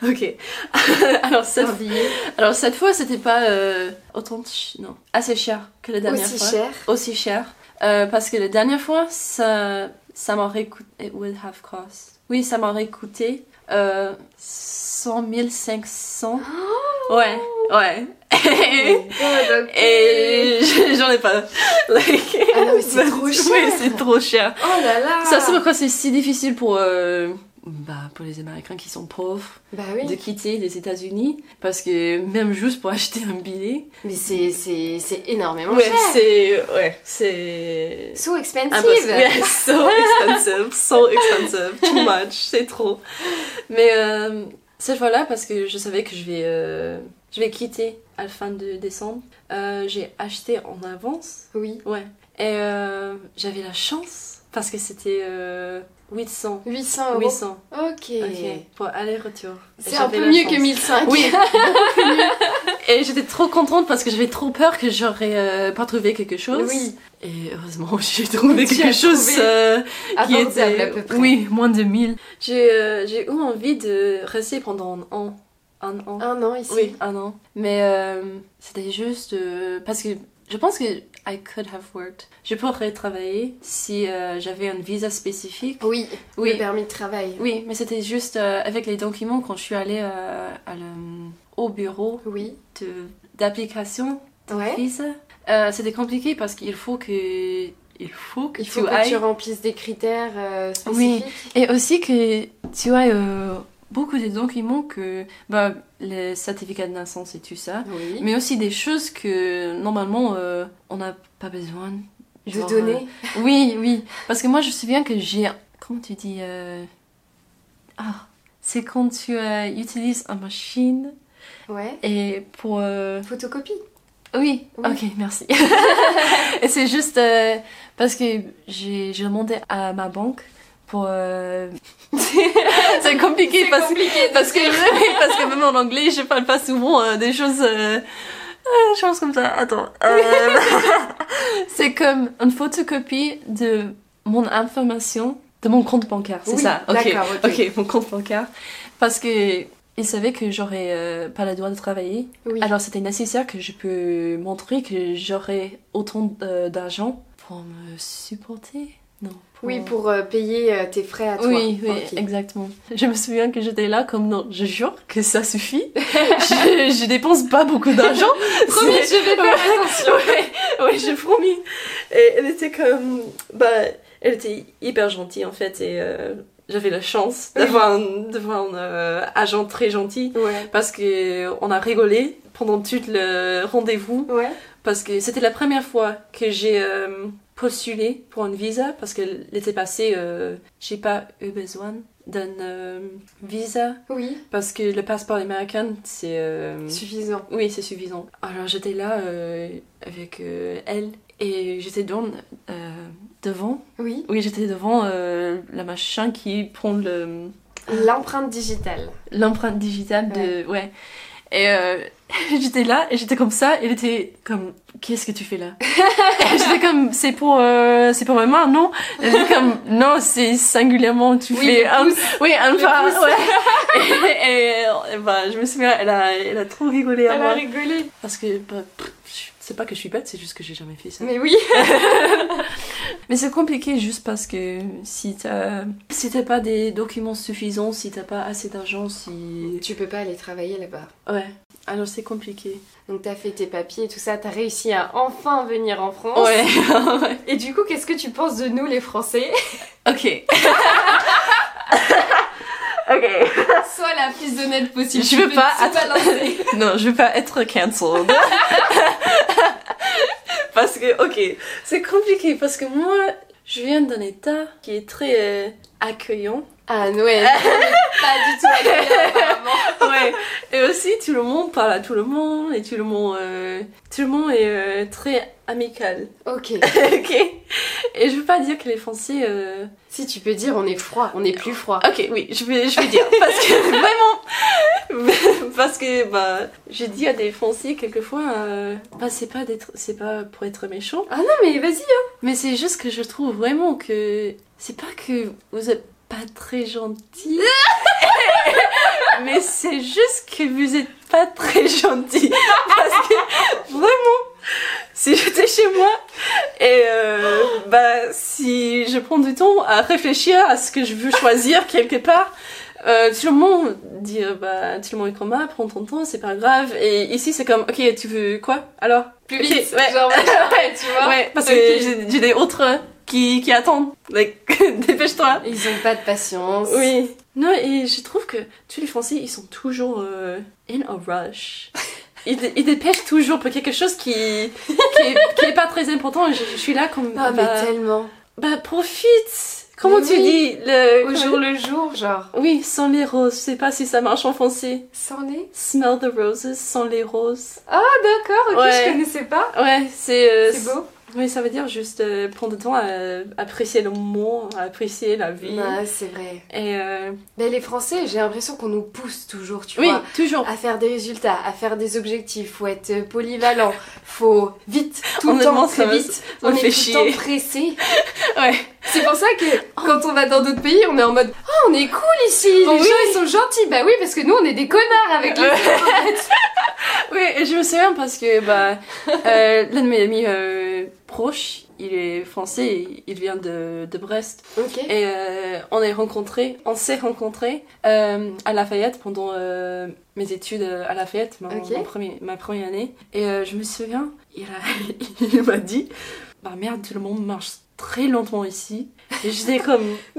Speaker 2: Ok. Alors cette
Speaker 1: un billet
Speaker 2: Alors cette fois, c'était pas euh, autant de ch- non assez cher que la dernière
Speaker 1: aussi
Speaker 2: fois.
Speaker 1: cher
Speaker 2: Aussi cher. Euh, parce que la dernière fois, ça, ça m'aurait coûté. It would have cost. Oui, ça m'aurait coûté euh, 100 500.
Speaker 1: Oh!
Speaker 2: Ouais, ouais.
Speaker 1: Ah, donc-
Speaker 2: Et j'en ai pas. Like-
Speaker 1: Ah non, mais c'est trop cher.
Speaker 2: Oui, c'est trop cher.
Speaker 1: Oh là là
Speaker 2: Ça, c'est pourquoi c'est si difficile pour, euh, bah, pour les Américains qui sont pauvres
Speaker 1: Bah
Speaker 2: de
Speaker 1: oui,
Speaker 2: quitter les États-Unis parce que même juste pour acheter un billet,
Speaker 1: mais c'est- c'est c'est énormément
Speaker 2: ouais,
Speaker 1: cher
Speaker 2: c'est ouais, c'est
Speaker 1: So expensive
Speaker 2: impossible, Yeah, so expensive, so expensive, too much, c'est trop. Mais euh, cette fois-là, parce que je savais que je vais euh, je vais quitter à la fin de décembre, euh, j'ai acheté en avance,
Speaker 1: Oui,
Speaker 2: ouais, et euh, j'avais la chance parce que c'était euh, 800,
Speaker 1: 800 euros.
Speaker 2: 800,
Speaker 1: Ok.
Speaker 2: ok, pour aller-retour. Et
Speaker 1: Ah, C'est un
Speaker 2: j'avais
Speaker 1: peu
Speaker 2: la
Speaker 1: mieux
Speaker 2: chance.
Speaker 1: que 1005.
Speaker 2: Oui, Et j'étais trop contente parce que j'avais trop peur que j'aurais euh, pas trouvé quelque chose.
Speaker 1: Oui.
Speaker 2: Et heureusement, j'ai trouvé
Speaker 1: Tu
Speaker 2: quelque
Speaker 1: as
Speaker 2: chose
Speaker 1: trouvé
Speaker 2: euh, qui
Speaker 1: abordable
Speaker 2: était.
Speaker 1: à peu près.
Speaker 2: Oui, moins de 1000. J'ai euh, j'ai eu envie de rester pendant un an. Un an.
Speaker 1: Un an ici.
Speaker 2: Oui, un an. Ah, Mais euh, c'était juste euh, parce que je pense que I could have worked. Je pourrais travailler si euh, j'avais un visa spécifique.
Speaker 1: Oui,
Speaker 2: Oui.
Speaker 1: le permis de travail.
Speaker 2: Oui, mais c'était juste euh, avec les documents quand je suis allée euh, à le- au bureau
Speaker 1: Oui.
Speaker 2: de- d'application.
Speaker 1: Ouais.
Speaker 2: Lisa, euh, c'était compliqué parce qu'il faut que il faut que
Speaker 1: Il faut
Speaker 2: tu
Speaker 1: que
Speaker 2: ailles
Speaker 1: tu remplisses des critères euh,
Speaker 2: Oui.
Speaker 1: spécifiques.
Speaker 2: et aussi que tu ailles euh, beaucoup de documents que bah, les certificats de naissance et tout ça,
Speaker 1: Oui.
Speaker 2: mais aussi des choses que normalement euh, on n'a pas besoin.
Speaker 1: De
Speaker 2: Genre,
Speaker 1: donner.
Speaker 2: euh, oui, oui, parce que moi je me souviens que j'ai comment tu dis euh, ah c'est quand tu euh, utilises une machine euh,
Speaker 1: Ouais.
Speaker 2: et pour euh,
Speaker 1: Photocopie.
Speaker 2: Oui,
Speaker 1: Oui.
Speaker 2: ok, merci. Et c'est juste euh, parce que j'ai j'ai demandé à ma banque pour. euh, c'est compliqué parce,
Speaker 1: compliqué.
Speaker 2: parce que parce que même en anglais, je parle pas souvent euh, des choses euh, je pense comme ça. Attends. Euh, c'est comme une photocopie de mon information de mon compte bancaire. C'est
Speaker 1: Oui,
Speaker 2: ça. Ok.
Speaker 1: d'accord, ok.
Speaker 2: ok. Mon compte bancaire. Parce que il savait que j'aurais euh, pas le droit de travailler.
Speaker 1: Oui.
Speaker 2: Alors c'était nécessaire que je peux montrer que j'aurais autant euh, d'argent pour me supporter. Non.
Speaker 1: Oui, pour euh, payer euh, tes frais à toi.
Speaker 2: Oui, oui,
Speaker 1: Ok.
Speaker 2: exactement. Je me souviens que j'étais là comme non, je jure que ça suffit. je, je dépense pas beaucoup d'argent.
Speaker 1: Promis,
Speaker 2: C'est-
Speaker 1: je vais faire attention.
Speaker 2: ouais, ouais, j'ai promis. Et elle était comme, bah, elle était hyper gentille en fait et euh, j'avais la chance d'avoir un, d'avoir un, euh, agent très gentil
Speaker 1: Ouais.
Speaker 2: parce que on a rigolé pendant tout le rendez-vous
Speaker 1: Ouais.
Speaker 2: parce que c'était la première fois que j'ai euh, postulé pour une visa parce que l'été passé euh, j'ai pas eu besoin d'un euh, visa
Speaker 1: Oui,
Speaker 2: parce que le passeport américain c'est euh,
Speaker 1: suffisant.
Speaker 2: oui, c'est suffisant. Alors j'étais là euh, avec euh, elle et j'étais dans, euh, devant.
Speaker 1: Oui.
Speaker 2: Oui, j'étais devant euh, la machine qui prend le-
Speaker 1: L'empreinte digitale.
Speaker 2: l'empreinte digitale de. Ouais. Et euh, j'étais là et j'étais comme ça. et Elle était comme Qu'est-ce que tu fais là Et J'étais comme C'est pour, euh, c'est pour ma main, non Elle était comme Non, c'est singulièrement, tu
Speaker 1: Oui,
Speaker 2: fais
Speaker 1: le
Speaker 2: un.
Speaker 1: pouce.
Speaker 2: Oui, un
Speaker 1: Le
Speaker 2: pas.
Speaker 1: pouce.
Speaker 2: Ouais. et et, euh, bah, je me souviens, elle a, elle a trop rigolé à
Speaker 1: Elle
Speaker 2: moi.
Speaker 1: a rigolé.
Speaker 2: Parce que bah, pff, je- c'est pas que je suis bête, c'est juste que j'ai jamais fait ça. Mais,
Speaker 1: Mais oui.
Speaker 2: c'est compliqué juste parce que si t'as si t'as pas des documents suffisants, si t'as pas assez d'argent, si
Speaker 1: Tu peux pas aller travailler là-bas.
Speaker 2: ouais, alors c'est compliqué.
Speaker 1: Donc t'as fait tes papiers et tout ça, t'as réussi à enfin venir en France.
Speaker 2: Ouais. ouais.
Speaker 1: Et du coup, qu'est-ce que tu penses de nous les Français
Speaker 2: ok. ok.
Speaker 1: Sois la plus honnête possible.
Speaker 2: Je
Speaker 1: Tu
Speaker 2: veux
Speaker 1: peux
Speaker 2: pas
Speaker 1: tout
Speaker 2: être-
Speaker 1: balancer.
Speaker 2: Non, je veux pas être cancelled. parce que ok, c'est compliqué parce que moi je viens d'un état qui est très euh, accueillant.
Speaker 1: Ah Noël, pas du tout agréable, apparemment.
Speaker 2: ouais. Et aussi, tout le monde parle à tout le monde et tout le monde, euh, tout le monde est euh, très amical.
Speaker 1: Ok.
Speaker 2: ok. Et je veux pas dire que les Français. euh,
Speaker 1: Si tu peux dire, on est froid, on est plus froid.
Speaker 2: Ok, oui, je vais, je vais dire parce que vraiment, parce que bah, j'ai dit à des Français quelquefois, euh, bah c'est pas d'être, c'est pas pour être méchant,
Speaker 1: Ah non, mais vas-y.
Speaker 2: mais c'est juste que je trouve vraiment que c'est pas que vous êtes pas très gentil. Mais c'est juste que vous êtes pas très gentil. Parce que vraiment, si j'étais chez moi et euh, bah, si je prends du temps à réfléchir à ce que je veux choisir quelque part, euh, tout le monde dit euh, bah, tout le monde est comme ah, prends ton temps, c'est pas grave. Et ici, c'est comme ok, tu veux quoi alors
Speaker 1: Plus
Speaker 2: Ok,
Speaker 1: vite.
Speaker 2: ouais.
Speaker 1: Genre, ouais, tu vois.
Speaker 2: Ouais, parce
Speaker 1: Ok.
Speaker 2: que j'ai- j'ai des autres qui, qui attendent. Like, dépêche-toi.
Speaker 1: Ils ont pas de patience.
Speaker 2: Oui. Non, et je trouve que tous les Français, ils sont toujours euh, in a rush. Ils, dé- ils dépêchent toujours pour quelque chose qui, qui, est, qui est pas très important. Je, je suis là comme.
Speaker 1: Ah, mais
Speaker 2: bah,
Speaker 1: tellement.
Speaker 2: bah, profite Comment
Speaker 1: Mais
Speaker 2: tu
Speaker 1: oui.
Speaker 2: dis le.
Speaker 1: Au
Speaker 2: comment-
Speaker 1: jour le jour, genre.
Speaker 2: Oui, sans les roses. Je sais pas si ça marche en français.
Speaker 1: Sans les.
Speaker 2: Smell the roses, sans les roses.
Speaker 1: Ah d'accord, ok,
Speaker 2: Ouais.
Speaker 1: je connaissais pas.
Speaker 2: Ouais, c'est. euh,
Speaker 1: C'est beau.
Speaker 2: Oui, ça veut dire juste euh, prendre le temps à euh, apprécier le moment, à apprécier la vie.
Speaker 1: Ah, c'est vrai.
Speaker 2: Et euh,
Speaker 1: Mais les Français, j'ai l'impression qu'on nous pousse toujours, tu
Speaker 2: oui,
Speaker 1: vois.
Speaker 2: toujours.
Speaker 1: à faire des résultats, à faire des objectifs, faut être polyvalent, faut vite, tout le
Speaker 2: Honnêtement,
Speaker 1: temps très
Speaker 2: ça me-
Speaker 1: vite,
Speaker 2: ça me
Speaker 1: on est
Speaker 2: fait
Speaker 1: tout
Speaker 2: chier.
Speaker 1: le temps pressé.
Speaker 2: Ouais.
Speaker 1: C'est pour ça que quand on va dans d'autres pays, on est en mode oh on est cool ici,
Speaker 2: Oh
Speaker 1: les
Speaker 2: oui.
Speaker 1: gens ils sont gentils, bah oui parce que nous on est des connards avec les
Speaker 2: Ouais.
Speaker 1: autres, en fait.
Speaker 2: Ah, Oui, et je me souviens parce que bah, euh, l'un de mes amis euh, proches, il est français, il vient de, de Brest.
Speaker 1: Ok.
Speaker 2: Et euh, on est rencontrés, on s'est rencontrés euh, à Lafayette pendant euh, mes études euh, à Lafayette, ma,
Speaker 1: Ok.
Speaker 2: mon premier- ma première année. Et euh, je me souviens, il, a- il m'a dit Bah merde, tout le monde marche très lentement ici. Et j'étais comme.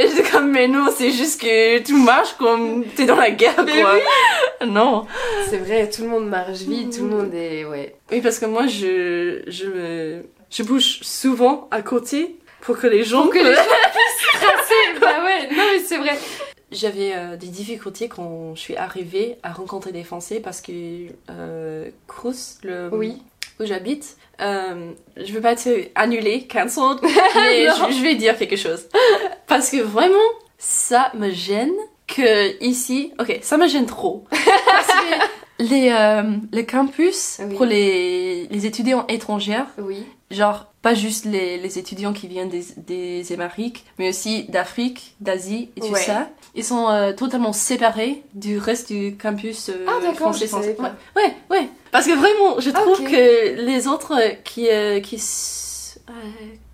Speaker 2: Et j'étais comme, mais non, c'est juste que tout marche comme t'es dans la guerre,
Speaker 1: Mais
Speaker 2: quoi. Non.
Speaker 1: C'est vrai, tout le monde marche vite, tout le monde est ouais.
Speaker 2: Oui, parce que moi, je, je me. Je bouge souvent à côté pour que les gens.
Speaker 1: Pour que les gens puissent tracer, bah ouais, non mais c'est vrai.
Speaker 2: J'avais euh, des difficultés quand je suis arrivée à rencontrer des Français parce que euh, Crous, le
Speaker 1: Oui.
Speaker 2: où j'habite, euh, je veux pas être annulée, cancelled, mais je, je vais dire quelque chose parce que vraiment ça me gêne que ici, ok, ça me gêne trop parce que les, euh, les campus
Speaker 1: Oui.
Speaker 2: pour les, les étudiants étrangers,
Speaker 1: Oui.
Speaker 2: genre pas juste les, les étudiants qui viennent des, des Amériques, mais aussi d'Afrique, d'Asie et tout
Speaker 1: Ouais.
Speaker 2: ça. Ils sont euh, totalement séparés du reste du campus euh,
Speaker 1: Ah, d'accord,
Speaker 2: français.
Speaker 1: je savais
Speaker 2: français.
Speaker 1: pas.
Speaker 2: Ouais, ouais, ouais. Parce que vraiment, je
Speaker 1: Ah,
Speaker 2: trouve
Speaker 1: ok.
Speaker 2: que les autres euh, qui, euh, qui s- euh,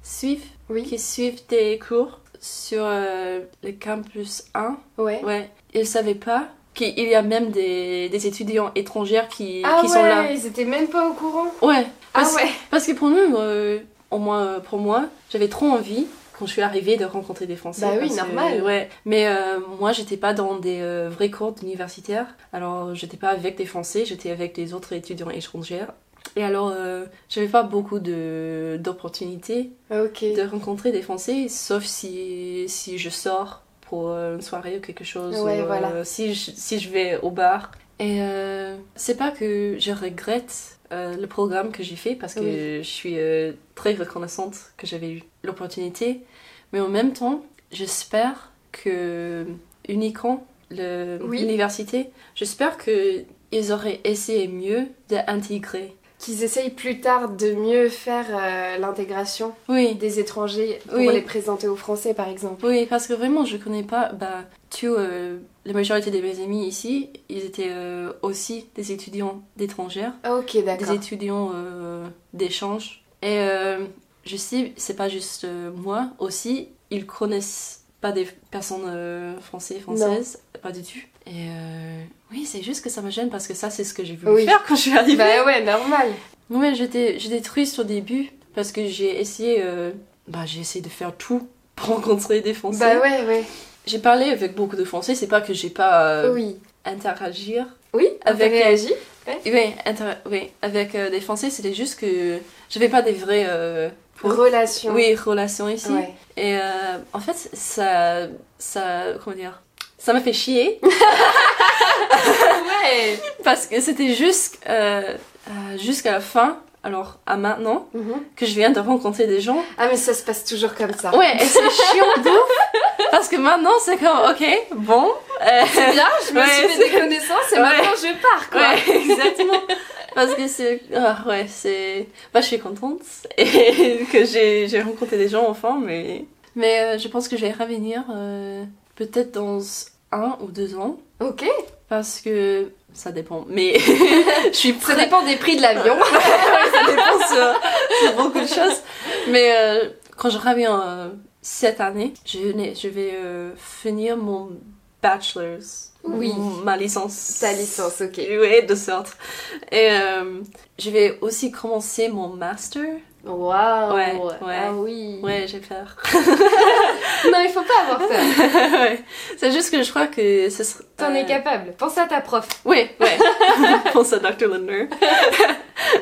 Speaker 2: suivent,
Speaker 1: Oui.
Speaker 2: qui suivent des cours sur euh, le campus 1,
Speaker 1: Ouais.
Speaker 2: Ouais, ils savaient pas qu'il y a même des, des étudiants étrangères qui,
Speaker 1: Ah
Speaker 2: qui
Speaker 1: ouais,
Speaker 2: sont là.
Speaker 1: ils étaient même pas au courant.
Speaker 2: Ouais,
Speaker 1: Ah
Speaker 2: parce,
Speaker 1: ouais.
Speaker 2: parce que pour nous, euh, au moins euh, pour moi, j'avais trop envie quand je suis arrivée de rencontrer des Français.
Speaker 1: Bah oui,
Speaker 2: parce que-
Speaker 1: normal.
Speaker 2: ouais, mais euh, moi j'étais pas dans des euh, vrais cours universitaires, alors j'étais pas avec des Français, j'étais avec des autres étudiants étrangères. Et alors, euh, j'avais pas beaucoup de- d'opportunités
Speaker 1: Ok.
Speaker 2: de rencontrer des Français, sauf si, si je sors pour euh, une soirée ou quelque chose,
Speaker 1: Ouais,
Speaker 2: ou, euh,
Speaker 1: voilà.
Speaker 2: si, je, si je vais au bar. Et euh, c'est pas que je regrette euh, le programme que j'ai fait parce que
Speaker 1: Oui.
Speaker 2: je suis euh, très reconnaissante que j'avais eu l'opportunité, mais en même temps, j'espère que Unicamp, le-
Speaker 1: Oui.
Speaker 2: l'université, j'espère que ils auraient essayé mieux d'intégrer.
Speaker 1: Qu'ils essayent plus tard de mieux faire euh, l'intégration
Speaker 2: Oui,
Speaker 1: des étrangers pour
Speaker 2: Oui.
Speaker 1: les présenter aux Français, par exemple.
Speaker 2: Oui, parce que vraiment, je connais pas. Bah, tu, euh, la majorité de mes amis ici, ils étaient euh, aussi des étudiants d'étrangères,
Speaker 1: Ah, ok,
Speaker 2: des
Speaker 1: d'accord.
Speaker 2: étudiants euh, d'échange. Et euh, je sais, c'est pas juste euh, moi aussi, ils connaissent pas des personnes euh, françaises, françaises, pas du tout. Et euh, oui, c'est juste que ça me gêne parce que ça, c'est ce que j'ai voulu
Speaker 1: Oui.
Speaker 2: faire quand je suis arrivée.
Speaker 1: Bah ouais, normal.
Speaker 2: Ouais, j'étais, j'étais triste au début parce que j'ai essayé, euh, bah, j'ai essayé de faire tout pour rencontrer des Français.
Speaker 1: Bah ouais, ouais.
Speaker 2: J'ai parlé avec beaucoup de Français, c'est pas que j'ai pas euh,
Speaker 1: Oui.
Speaker 2: interagir.
Speaker 1: Oui,
Speaker 2: Avec- euh,
Speaker 1: avec réagi.
Speaker 2: Oui, inter- oui, avec euh, des Français, c'était juste que j'avais pas des vraies euh, pour-
Speaker 1: Relation.
Speaker 2: oui, relations ici.
Speaker 1: Ouais.
Speaker 2: Et euh, en fait, ça, ça, comment dire, ça m'a fait chier
Speaker 1: ouais.
Speaker 2: parce que c'était juste euh, euh, jusqu'à la fin, alors à maintenant,
Speaker 1: Mhm.
Speaker 2: que je viens de rencontrer des gens
Speaker 1: Ah, mais ça se passe toujours comme ça.
Speaker 2: Ouais, et c'est chiant de ouf, Parce que maintenant, c'est comme, ok, bon. euh,
Speaker 1: C'est bien, je me
Speaker 2: Ouais,
Speaker 1: suis fait
Speaker 2: c'est-
Speaker 1: des connaissances et
Speaker 2: Ouais.
Speaker 1: maintenant je pars, quoi.
Speaker 2: ouais, exactement. Parce que c'est. ah, ouais, c'est. Bah, je suis contente. Et que j'ai j'ai rencontré des gens enfin, mais. Mais euh, je pense que je vais revenir euh, peut-être dans un ou deux ans.
Speaker 1: Ok,
Speaker 2: Parce que. Ça dépend. Mais. je suis
Speaker 1: ça
Speaker 2: prête.
Speaker 1: dépend des prix de l'avion.
Speaker 2: ça dépend sur, euh, sur beaucoup de choses. Mais euh, quand je reviens euh, cette année, je, n'ai- je vais euh, finir mon bachelor's.
Speaker 1: Oui.
Speaker 2: Mon- Ma licence.
Speaker 1: Ta licence, ok.
Speaker 2: Oui, de sorte. Et euh, je vais aussi commencer mon master.
Speaker 1: Waouh.
Speaker 2: Ouais, ouais.
Speaker 1: Ah oui.
Speaker 2: Ouais, j'ai peur.
Speaker 1: Non, il faut pas avoir peur.
Speaker 2: Ouais. C'est juste que je crois que ce sera...
Speaker 1: T'en es capable. Pense à ta prof.
Speaker 2: Oui, ouais. Pense à Dr. Lindner.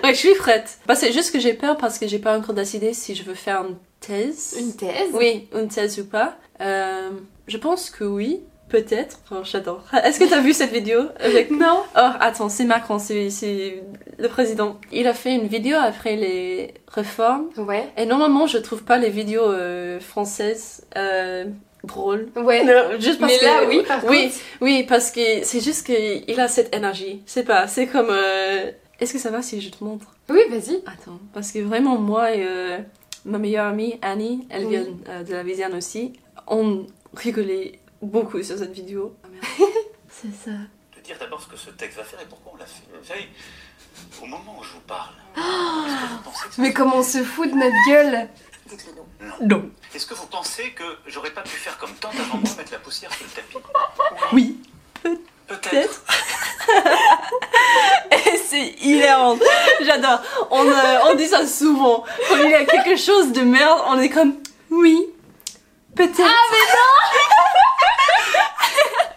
Speaker 2: ouais, je suis prête. Bah, c'est juste que j'ai peur parce que j'ai pas encore décidé si je veux faire une thèse.
Speaker 1: Une thèse
Speaker 2: Oui, une thèse ou pas Euh, Je pense que oui, peut-être. Oh, J'adore. Est-ce que t'as vu cette vidéo avec...
Speaker 1: Non.
Speaker 2: Oh, attends, c'est Macron, c'est c'est le président. Il a fait une vidéo après les réformes.
Speaker 1: Ouais.
Speaker 2: Et normalement, je trouve pas les vidéos euh, françaises euh, drôles.
Speaker 1: Ouais.
Speaker 2: Non, juste parce
Speaker 1: Mais
Speaker 2: que...
Speaker 1: là, oui, par
Speaker 2: Oui,
Speaker 1: contre.
Speaker 2: oui, parce que c'est juste qu'il a cette énergie. C'est pas, c'est comme... euh, Est-ce que ça va si je te montre
Speaker 1: Oui, vas-y.
Speaker 2: Attends, parce que vraiment, moi et euh, ma meilleure amie, Annie, elle
Speaker 1: Oui.
Speaker 2: vient euh, de la Vésiane aussi, on rigolait beaucoup sur cette vidéo. Ah, merde. c'est ça.
Speaker 3: de dire d'abord ce que ce texte va faire et pourquoi on l'a fait. Vous savez, au moment où je vous parle, est-ce que vous pensez que ça
Speaker 1: Mais
Speaker 3: se-
Speaker 1: comment on se fout de notre gueule
Speaker 2: Non.
Speaker 3: Est-ce que vous pensez que j'aurais pas pu faire comme tant avant moi, mettre la poussière sur le tapis
Speaker 2: Oui.
Speaker 3: Peut-être.
Speaker 2: c'est hilarant. J'adore. On, euh, on dit ça souvent. Quand il y a quelque chose de merde, on est comme oui. Peut-être.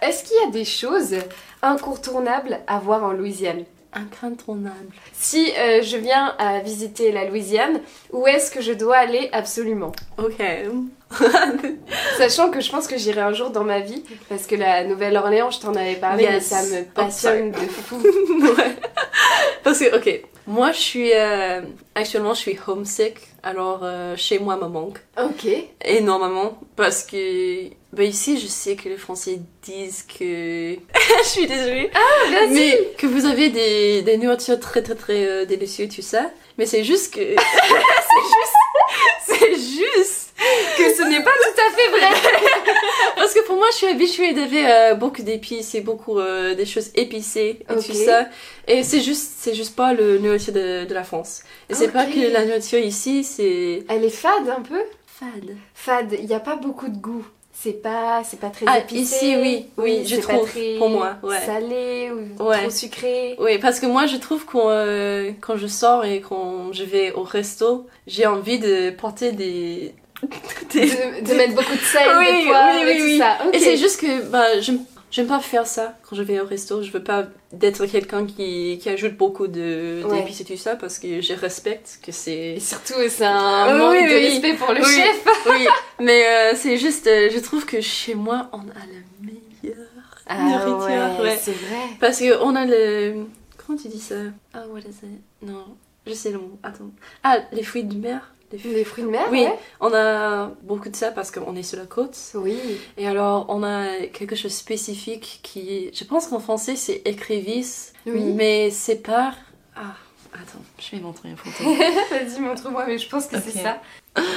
Speaker 1: Est-ce qu'il y a des choses incontournables à voir en Louisiane
Speaker 2: Incontournable.
Speaker 1: Si euh, je viens à visiter la Louisiane, où est-ce que je dois aller absolument
Speaker 2: Ok.
Speaker 1: Sachant que je pense que j'irai un jour dans ma vie, parce que la Nouvelle-Orléans, je t'en avais parlé,
Speaker 2: Yes.
Speaker 1: mais ça me
Speaker 2: Oh, sorry.
Speaker 1: passionne de fou.
Speaker 2: ouais. Parce que, ok, Moi, je suis euh, actuellement, je suis homesick, alors euh, chez moi me manque
Speaker 1: Ok.
Speaker 2: énormément parce que bah, ici, je sais que les Français disent que je suis désolée,
Speaker 1: Vas-y.
Speaker 2: mais que vous avez des, des nourritures très très très euh, délicieuses tout ça, mais c'est juste que c'est juste c'est juste
Speaker 1: que ce n'est pas tout à fait vrai.
Speaker 2: Parce que pour moi, je suis habituée d'avoir euh, beaucoup d'épices et beaucoup euh, des choses épicées et
Speaker 1: Ok.
Speaker 2: tout ça. Et c'est juste, c'est juste pas le nourriture de, de la France. Et c'est pas
Speaker 1: Ah, Ok.
Speaker 2: que la nourriture ici, c'est
Speaker 1: Elle est fade un peu.
Speaker 2: fade.
Speaker 1: Fade. Il n'y a pas beaucoup de goût. C'est pas, c'est pas très
Speaker 2: Ah,
Speaker 1: épicé.
Speaker 2: ici, oui, oui, je
Speaker 1: c'est pas
Speaker 2: trouve,
Speaker 1: très
Speaker 2: pour moi, ouais.
Speaker 1: Salé ou
Speaker 2: Ouais.
Speaker 1: trop sucré.
Speaker 2: Oui, parce que moi, je trouve qu'on, euh, quand je sors et quand je vais au resto, j'ai envie de porter des... des-
Speaker 1: De, de mettre beaucoup de sel,
Speaker 2: Oui,
Speaker 1: de poivre
Speaker 2: oui, oui,
Speaker 1: et tout
Speaker 2: oui.
Speaker 1: ça. Ok.
Speaker 2: Et c'est juste que bah, j'aime j'aime pas faire ça quand je vais au resto. Je veux pas d'être quelqu'un qui, qui ajoute beaucoup de
Speaker 1: Ouais.
Speaker 2: d'épices et tout ça parce que je respecte que c'est.
Speaker 1: Et surtout, c'est un
Speaker 2: Oui,
Speaker 1: manque
Speaker 2: Ah, oui,
Speaker 1: de
Speaker 2: oui.
Speaker 1: respect pour le
Speaker 2: Oui.
Speaker 1: chef.
Speaker 2: oui, mais euh, c'est juste, euh, je trouve que chez moi, on a le meilleur. Nourriture, ouais.
Speaker 1: Ah c'est vrai.
Speaker 2: Parce que on a le. Comment tu dis ça Ah, what is it Non, je sais le mot, attends. Ah, les fruits de mer. Les fruits-
Speaker 1: Les fruits de mer,
Speaker 2: Oui.
Speaker 1: Ah ouais.
Speaker 2: On a beaucoup de ça parce qu'on est sur la côte.
Speaker 1: Oui.
Speaker 2: Et alors, on a quelque chose de spécifique qui, je pense qu'en français, c'est écrivisse,
Speaker 1: Oui.
Speaker 2: mais c'est pas... Ah, attends, je vais montrer une
Speaker 1: Ah.
Speaker 2: photo.
Speaker 1: Vas-y, montre-moi, mais je pense que
Speaker 2: Ok.
Speaker 1: c'est ça.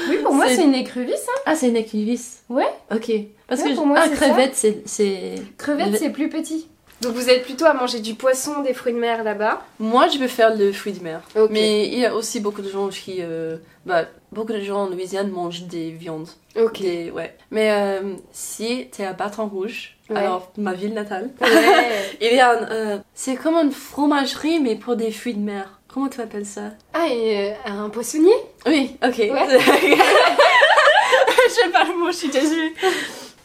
Speaker 1: Oui, pour moi,
Speaker 2: C'est-
Speaker 1: c'est une écrevisse. hein.
Speaker 2: ah, c'est une écrivisse
Speaker 1: Ouais.
Speaker 2: Ok. Parce
Speaker 1: Ouais,
Speaker 2: que...
Speaker 1: pour moi,
Speaker 2: ah,
Speaker 1: c'est
Speaker 2: crevette, c'est- c'est...
Speaker 1: Crevette,
Speaker 2: Mais-
Speaker 1: c'est plus petit. Donc, vous êtes plutôt à manger du poisson, des fruits de mer là-bas.
Speaker 2: Moi, je peux faire le fruit de mer.
Speaker 1: Ok.
Speaker 2: Mais il y a aussi beaucoup de gens qui... euh, Bah, beaucoup de gens en Louisiane mangent des viandes.
Speaker 1: Ok.
Speaker 2: Des- Ouais. Mais euh, si t'es à Baton Rouge,
Speaker 1: Ouais.
Speaker 2: alors ma ville natale,
Speaker 1: Ouais.
Speaker 2: il y a un... euh, c'est comme une fromagerie, mais pour des fruits de mer. Comment tu appelles ça
Speaker 1: ah, et euh, un poissonnier
Speaker 2: Oui, ok.
Speaker 1: Ouais.
Speaker 2: Je sais pas le mot, je suis désolée.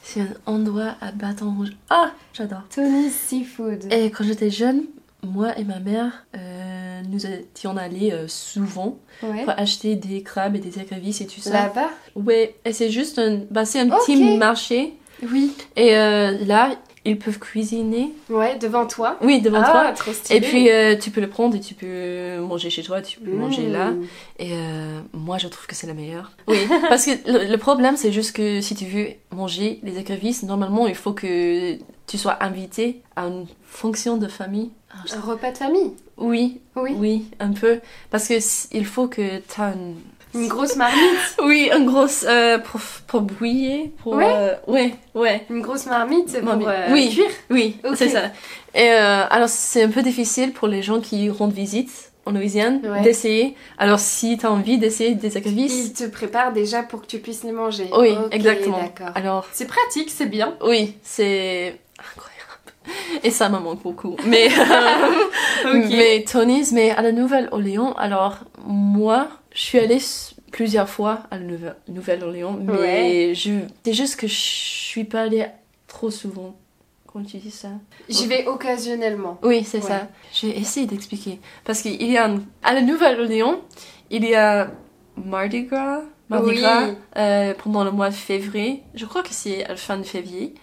Speaker 2: C'est un endroit à bâton rouge. Ah, j'adore.
Speaker 1: Tony Seafood.
Speaker 2: Et quand j'étais jeune, moi et ma mère, euh, nous étions allés euh, souvent
Speaker 1: Ouais.
Speaker 2: pour acheter des crabes et des écrevisses et tout ça.
Speaker 1: Là-bas
Speaker 2: Ouais, et c'est juste un, bah, c'est un
Speaker 1: Ok.
Speaker 2: petit marché.
Speaker 1: Oui.
Speaker 2: Et euh, là, ils peuvent cuisiner.
Speaker 1: Ouais, devant toi.
Speaker 2: Oui, devant
Speaker 1: ah,
Speaker 2: toi.
Speaker 1: trop stylé.
Speaker 2: Et puis euh, tu peux le prendre et tu peux manger chez toi, tu peux
Speaker 1: Mmh.
Speaker 2: manger là. Et euh, moi, je trouve que c'est la meilleure. Oui, parce que le, le problème, c'est juste que si tu veux manger les écrevisses, normalement, il faut que tu sois invité à une fonction de famille. Ah, je-
Speaker 1: Un repas de famille.
Speaker 2: Oui,
Speaker 1: Oui.
Speaker 2: oui, un peu. Parce que s- il faut que tu as une...
Speaker 1: Une grosse marmite.
Speaker 2: Oui, une grosse... euh, pour, pour bouillir, pour...
Speaker 1: Ouais.
Speaker 2: euh, ouais, ouais,
Speaker 1: Une grosse marmite pour
Speaker 2: Marmite.
Speaker 1: euh,
Speaker 2: Oui.
Speaker 1: cuire.
Speaker 2: oui,
Speaker 1: Ok.
Speaker 2: c'est ça. Et euh, alors, c'est un peu difficile pour les gens qui rendent visite en Louisiane
Speaker 1: Ouais.
Speaker 2: d'essayer. Alors, si tu as envie d'essayer des écrevisses...
Speaker 1: Ils te préparent déjà pour que tu puisses les manger.
Speaker 2: Oui,
Speaker 1: Ok,
Speaker 2: exactement.
Speaker 1: D'accord.
Speaker 2: Alors,
Speaker 1: C'est pratique, c'est bien.
Speaker 2: Oui, c'est incroyable. Et ça me manque beaucoup. Mais, euh, mais Tony's, mais à la Nouvelle-Orléans, alors moi, je suis allée s- plusieurs fois à la Nouvel- Nouvelle-Orléans, mais
Speaker 1: Ouais.
Speaker 2: je, c'est juste que je suis pas allée trop souvent. Comment tu dis ça
Speaker 1: J'y vais occasionnellement.
Speaker 2: Oui, c'est
Speaker 1: Ouais.
Speaker 2: ça. J'ai essayé d'expliquer. Parce qu'il y a un- à la Nouvelle-Orléans, il y a Mardi Gras, Mardi
Speaker 1: Oui.
Speaker 2: Gras euh, pendant le mois de février. Je crois que c'est à la fin de février.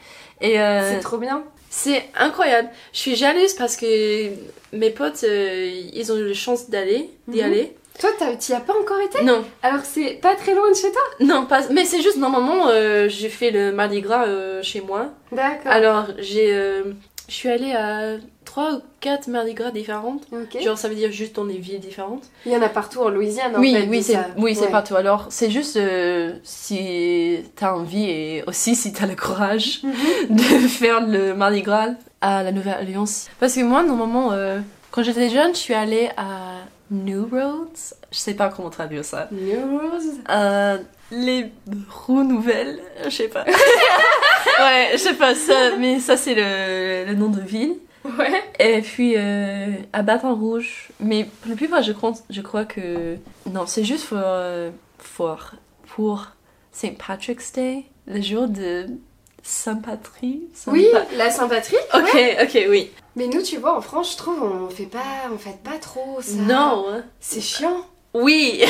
Speaker 2: Et euh,
Speaker 1: C'est trop bien.
Speaker 2: c'est incroyable. Je suis jalouse parce que mes potes, euh, ils ont eu la chance d'aller, d'y
Speaker 1: Mhm.
Speaker 2: aller.
Speaker 1: Toi, t'as- t'y as pas encore été
Speaker 2: Non,
Speaker 1: Alors que c'est pas très loin de chez toi
Speaker 2: non, pas. Mais c'est juste normalement, euh, j'ai fait le mardi gras euh, chez moi.
Speaker 1: D'accord.
Speaker 2: Alors j'ai, euh, je suis allée à trois ou quatre mardi gras différentes.
Speaker 1: Ok.
Speaker 2: Genre ça veut dire juste dans des villes différentes.
Speaker 1: Il y en a partout en Louisiane, en
Speaker 2: oui,
Speaker 1: fait.
Speaker 2: oui,
Speaker 1: de
Speaker 2: c'est,
Speaker 1: ça.
Speaker 2: oui, c'est
Speaker 1: Ouais.
Speaker 2: partout. Alors c'est juste euh, si t'as envie et aussi si t'as le courage.
Speaker 1: Mhm.
Speaker 2: de faire le Mardi Gras à la Nouvelle Alliance. Parce que moi, normalement, euh, quand j'étais jeune, je suis allée à New Roads. Je sais pas comment traduire ça.
Speaker 1: News.
Speaker 2: Euh, les roues nouvelles, je sais pas. ouais, je sais pas ça, mais ça c'est le, le nom de ville.
Speaker 1: Ouais.
Speaker 2: Et puis euh, à Baton Rouge. Mais pour la plupart, je, compte, je crois que. Non, c'est juste pour. euh, pour, pour St. Patrick's Day, le jour de Saint-Patrick. Saint-
Speaker 1: Oui, la Saint-Patrick.
Speaker 2: Ok, ok, oui.
Speaker 1: Mais nous, tu vois, en France, je trouve, on fait pas, on fête pas trop ça.
Speaker 2: Non. hein.
Speaker 1: C'est chiant.
Speaker 2: Oui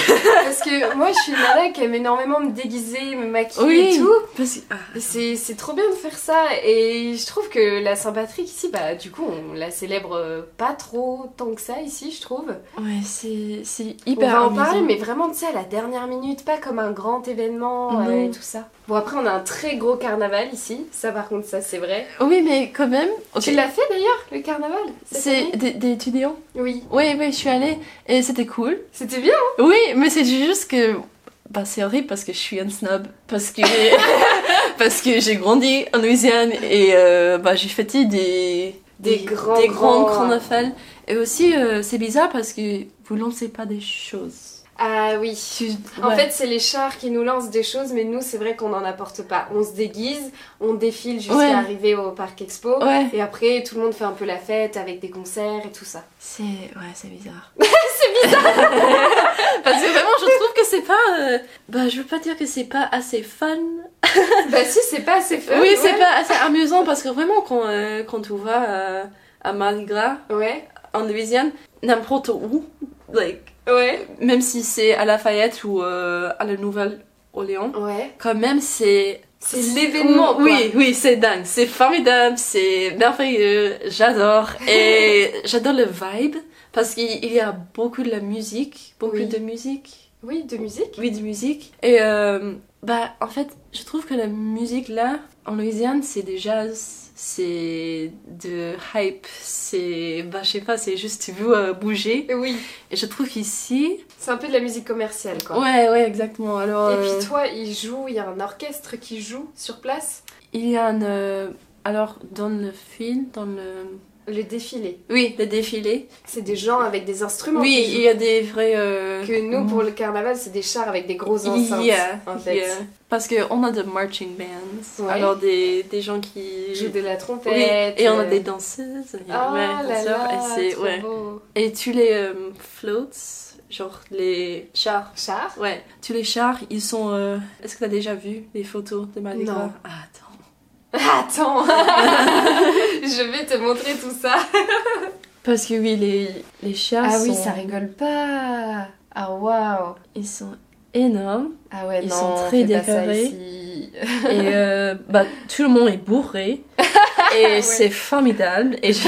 Speaker 1: Parce que moi, je suis une nana qui aime énormément me déguiser, me maquiller et tout.
Speaker 2: Parce que- ah,
Speaker 1: Mais C'est c'est trop bien de faire ça et je trouve que la Saint-Patrick ici, bah du coup on la célèbre euh, pas trop tant que ça ici je trouve.
Speaker 2: ouais, c'est c'est
Speaker 1: on
Speaker 2: hyper
Speaker 1: va en
Speaker 2: amusant.
Speaker 1: parler mais vraiment tu sais à la dernière minute, pas comme un grand événement euh,
Speaker 2: Non.
Speaker 1: et tout ça. Bon après on a un très gros carnaval ici, ça par contre ça c'est vrai.
Speaker 2: Oui, mais quand même. ok,
Speaker 1: Tu l'as fait d'ailleurs le carnaval cette
Speaker 2: C'est
Speaker 1: année
Speaker 2: des, des étudiants.
Speaker 1: Oui,
Speaker 2: Oui, oui, je suis allée et c'était cool.
Speaker 1: c'était bien.
Speaker 2: Oui, mais c'est juste que. Bah, c'est horrible parce que je suis un snob. Parce que. parce que j'ai grandi en Louisiane et euh, bah, j'ai fêté des.
Speaker 1: Des grands,
Speaker 2: des grands
Speaker 1: grands.
Speaker 2: carnavals. Et aussi, euh, c'est bizarre parce que vous lancez pas des choses.
Speaker 1: Ah oui.
Speaker 2: Tu-
Speaker 1: En
Speaker 2: ouais.
Speaker 1: fait, c'est les chars qui nous lancent des choses, mais nous, c'est vrai qu'on n'en apporte pas. On se déguise, on défile jusqu'à
Speaker 2: Ouais.
Speaker 1: arriver au parc expo.
Speaker 2: Ouais,
Speaker 1: Et après, tout le monde fait un peu la fête avec des concerts et tout ça.
Speaker 2: c'est. Ouais, c'est bizarre. c'est bizarre Parce que vraiment, je trouve que c'est pas. euh, Bah, je veux pas dire que c'est pas assez fun
Speaker 1: bah si, c'est pas assez fun.
Speaker 2: Oui, c'est
Speaker 1: ouais.
Speaker 2: pas assez amusant parce que vraiment, quand, euh, quand on va euh, à Malgra,
Speaker 1: Ouais,
Speaker 2: en Louisiane, n'importe où, like,
Speaker 1: ouais,
Speaker 2: même si c'est à Lafayette ou euh, à la Nouvelle-Orléans,
Speaker 1: ouais.
Speaker 2: quand même, c'est.
Speaker 1: C'est l'événement, quoi.
Speaker 2: Oui, oui, c'est dingue, c'est formidable, c'est merveilleux, j'adore. Et j'adore le vibe parce qu'il il y a beaucoup de la musique, beaucoup
Speaker 1: Oui.
Speaker 2: de musique.
Speaker 1: Oui, de musique.
Speaker 2: Oui, de musique. Et euh, bah, en fait, je trouve que la musique là, en Louisiane, c'est des jazz, c'est de hype, c'est. Bah, je sais pas, c'est juste, tu veux euh, bouger.
Speaker 1: Oui,
Speaker 2: Et je trouve qu'ici.
Speaker 1: c'est un peu de la musique commerciale, quoi.
Speaker 2: Ouais, ouais, exactement. Alors,
Speaker 1: Et
Speaker 2: euh,
Speaker 1: puis toi, il joue, il y a un orchestre qui joue sur place.
Speaker 2: il y a un. euh, alors, dans le film, dans le.
Speaker 1: Le défilé.
Speaker 2: Oui, le défilé.
Speaker 1: C'est des gens avec des instruments.
Speaker 2: Oui,
Speaker 1: qui
Speaker 2: il
Speaker 1: jouent.
Speaker 2: y a des vrais. euh,
Speaker 1: Que nous, pour le carnaval, c'est des chars avec des gros enceintes.
Speaker 2: Yeah,
Speaker 1: en fait.
Speaker 2: yeah. Parce qu'on a des marching bands,
Speaker 1: Ouais.
Speaker 2: alors des, des gens qui
Speaker 1: Ils jouent de la
Speaker 2: Oui,
Speaker 1: trompette.
Speaker 2: et on a
Speaker 1: euh,
Speaker 2: des danseuses. il y a-
Speaker 1: Ah
Speaker 2: ouais,
Speaker 1: là
Speaker 2: danseurs,
Speaker 1: là,
Speaker 2: et c'est-
Speaker 1: trop
Speaker 2: ouais.
Speaker 1: beau.
Speaker 2: Et tu les euh, floats, genre les chars.
Speaker 1: Char
Speaker 2: Ouais, tous les chars, ils sont. euh, Est-ce que t'as déjà vu les photos de Mardi
Speaker 1: Non.
Speaker 2: Gras Ah, attends.
Speaker 1: Attends Je vais te montrer tout ça
Speaker 2: Parce que oui, les, les chars,
Speaker 1: Ah
Speaker 2: sont-
Speaker 1: rigole pas Ah waouh
Speaker 2: ils sont énormes.
Speaker 1: Ah ouais,
Speaker 2: Ils
Speaker 1: non,
Speaker 2: sont très
Speaker 1: fais pas ça
Speaker 2: décorés.
Speaker 1: ici.
Speaker 2: et euh, bah, tout le monde est bourré. Et
Speaker 1: Ouais.
Speaker 2: c'est formidable. Et, je-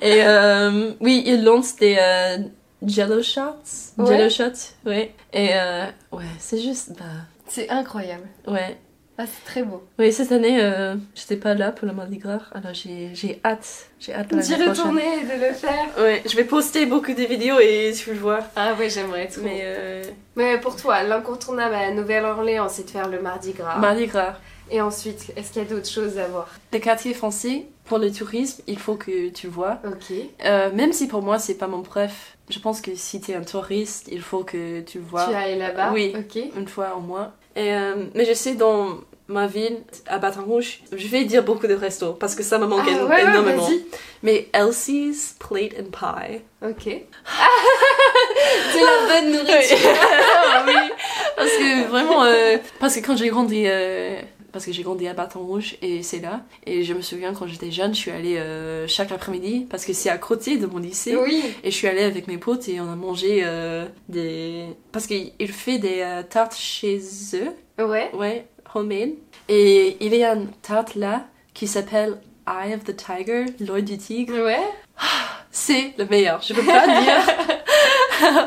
Speaker 2: et euh, oui, ils lancent des euh, jello shots.
Speaker 1: Ouais.
Speaker 2: Jello shots, ouais. Et euh, ouais, c'est juste. Bah,
Speaker 1: C'est incroyable.
Speaker 2: ouais.
Speaker 1: Ah, c'est très beau.
Speaker 2: Oui, cette année, euh, j'étais pas là pour le Mardi Gras, alors j'ai j'ai hâte. J'ai hâte de
Speaker 1: D'y
Speaker 2: l'année prochaine.
Speaker 1: retourner et de le faire.
Speaker 2: Ouais, je vais poster beaucoup de vidéos et tu peux le voir.
Speaker 1: Ah ouais, j'aimerais trop.
Speaker 2: Mais
Speaker 1: Mais,
Speaker 2: euh,
Speaker 1: pour toi, l'incontournable à la Nouvelle-Orléans, c'est de faire le Mardi Gras.
Speaker 2: Ah. Mardi Gras,
Speaker 1: Et ensuite, est-ce qu'il y a d'autres choses à voir
Speaker 2: le quartier français, pour le tourisme, il faut que tu vois.
Speaker 1: Ok.
Speaker 2: Euh, même si pour moi, c'est pas mon préf, je pense que si t'es un touriste, il faut que tu le vois
Speaker 1: Tu es allé là-bas
Speaker 2: Oui.
Speaker 1: Ok.
Speaker 2: une fois au moins. Et, euh, mais je sais, dans ma ville, à Baton Rouge, je vais dire beaucoup de restos parce que ça me manque
Speaker 1: ah,
Speaker 2: éno-
Speaker 1: ouais, ouais,
Speaker 2: énormément.
Speaker 1: vas-y.
Speaker 2: mais Elsie's Plate and Pie.
Speaker 1: Ok. c'est la bonne nourriture.
Speaker 2: Ah oui, parce que vraiment, euh, parce que quand j'ai grandi, euh, parce que j'ai grandi à Baton Rouge et c'est là, et je me souviens quand j'étais jeune, je suis allée euh, chaque après-midi parce que c'est à côté de mon lycée.
Speaker 1: Oui.
Speaker 2: Et je suis allée avec mes potes et on a mangé euh, des. Parce qu'il fait des euh, tartes chez eux,
Speaker 1: Ouais.
Speaker 2: ouais, homemade. Et il y a une tarte là qui s'appelle Eye of the Tiger, l'œil du tigre.
Speaker 1: Ouais.
Speaker 2: C'est le meilleur. Je peux pas dire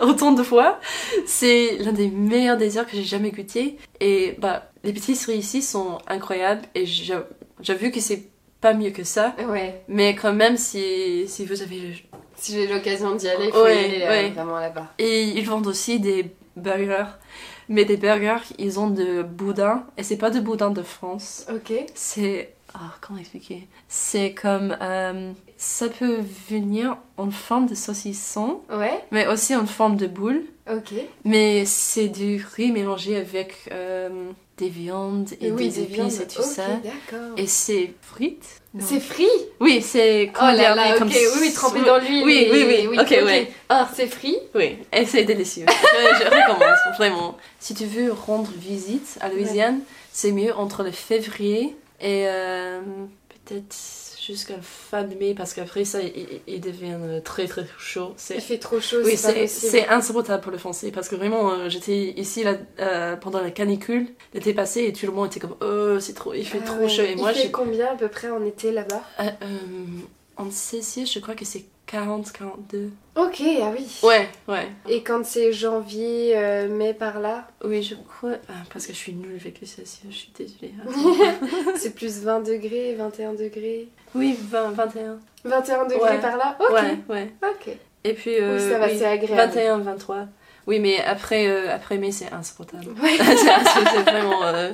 Speaker 2: autant de fois. C'est l'un des meilleurs desserts que j'ai jamais goûté. Et bah, les pâtisseries ici sont incroyables. Et j'a- j'avoue que c'est pas mieux que ça.
Speaker 1: Ouais.
Speaker 2: Mais quand même, si, si vous avez. le-
Speaker 1: Si j'ai l'occasion d'y aller, il faut
Speaker 2: Ouais,
Speaker 1: y aller euh,
Speaker 2: ouais.
Speaker 1: vraiment là-bas.
Speaker 2: Et ils vendent aussi des burgers. Mais des burgers, ils ont de boudin. Et c'est pas de boudin de France.
Speaker 1: Ok.
Speaker 2: C'est. ah, comment expliquer C'est comme. euh, ça peut venir en forme de saucisson.
Speaker 1: Ouais.
Speaker 2: mais aussi en forme de boule.
Speaker 1: Ok.
Speaker 2: Mais c'est du riz mélangé avec euh, des viandes et des épices et tout
Speaker 1: ok,
Speaker 2: ça.
Speaker 1: d'accord.
Speaker 2: Et c'est frites Non.
Speaker 1: C'est frit
Speaker 2: Oui, c'est
Speaker 1: Oh
Speaker 2: comment
Speaker 1: là
Speaker 2: dire,
Speaker 1: là,
Speaker 2: mais
Speaker 1: ok,
Speaker 2: comme
Speaker 1: oui, oui, trempé dans l'huile.
Speaker 2: Oui,
Speaker 1: et-
Speaker 2: oui, oui, ok, ouais.
Speaker 1: Ah, c'est frit
Speaker 2: Oui, et c'est délicieux. je, je recommande, vraiment. Si tu veux rendre visite à Louisiane, c'est mieux entre le février et euh, peut-être jusqu'à fin de mai parce qu'après ça, il, il devient euh, très très chaud. C'est
Speaker 1: Il fait trop chaud,
Speaker 2: oui,
Speaker 1: c'est pas
Speaker 2: c'est
Speaker 1: possible.
Speaker 2: c'est insupportable pour le français parce que vraiment, euh, j'étais ici là, euh, pendant la canicule l'été passé et tout le monde était comme oh c'est trop, il fait
Speaker 1: Ah
Speaker 2: trop
Speaker 1: ouais.
Speaker 2: chaud et moi
Speaker 1: Il fait
Speaker 2: j'ai
Speaker 1: combien à peu près en été là-bas
Speaker 2: euh, euh, en Cécier, je crois que c'est 40 42.
Speaker 1: Ok, ah oui.
Speaker 2: Ouais, ouais.
Speaker 1: Et quand c'est janvier, euh, mai par là,
Speaker 2: Oui, je crois ah, parce que je suis nulle avec les Cécier, je suis désolée. hein.
Speaker 1: c'est plus 20 degrés, 21 degrés.
Speaker 2: oui, 20 21.
Speaker 1: 21 degrés
Speaker 2: Ouais.
Speaker 1: par là Ok,
Speaker 2: Ouais, ouais.
Speaker 1: ok.
Speaker 2: Et puis euh,
Speaker 1: oui, ça va,
Speaker 2: oui,
Speaker 1: c'est agréable.
Speaker 2: 21 23. Oui, mais après euh, après mai c'est insupportable.
Speaker 1: Ouais.
Speaker 2: c'est c'est vraiment. euh,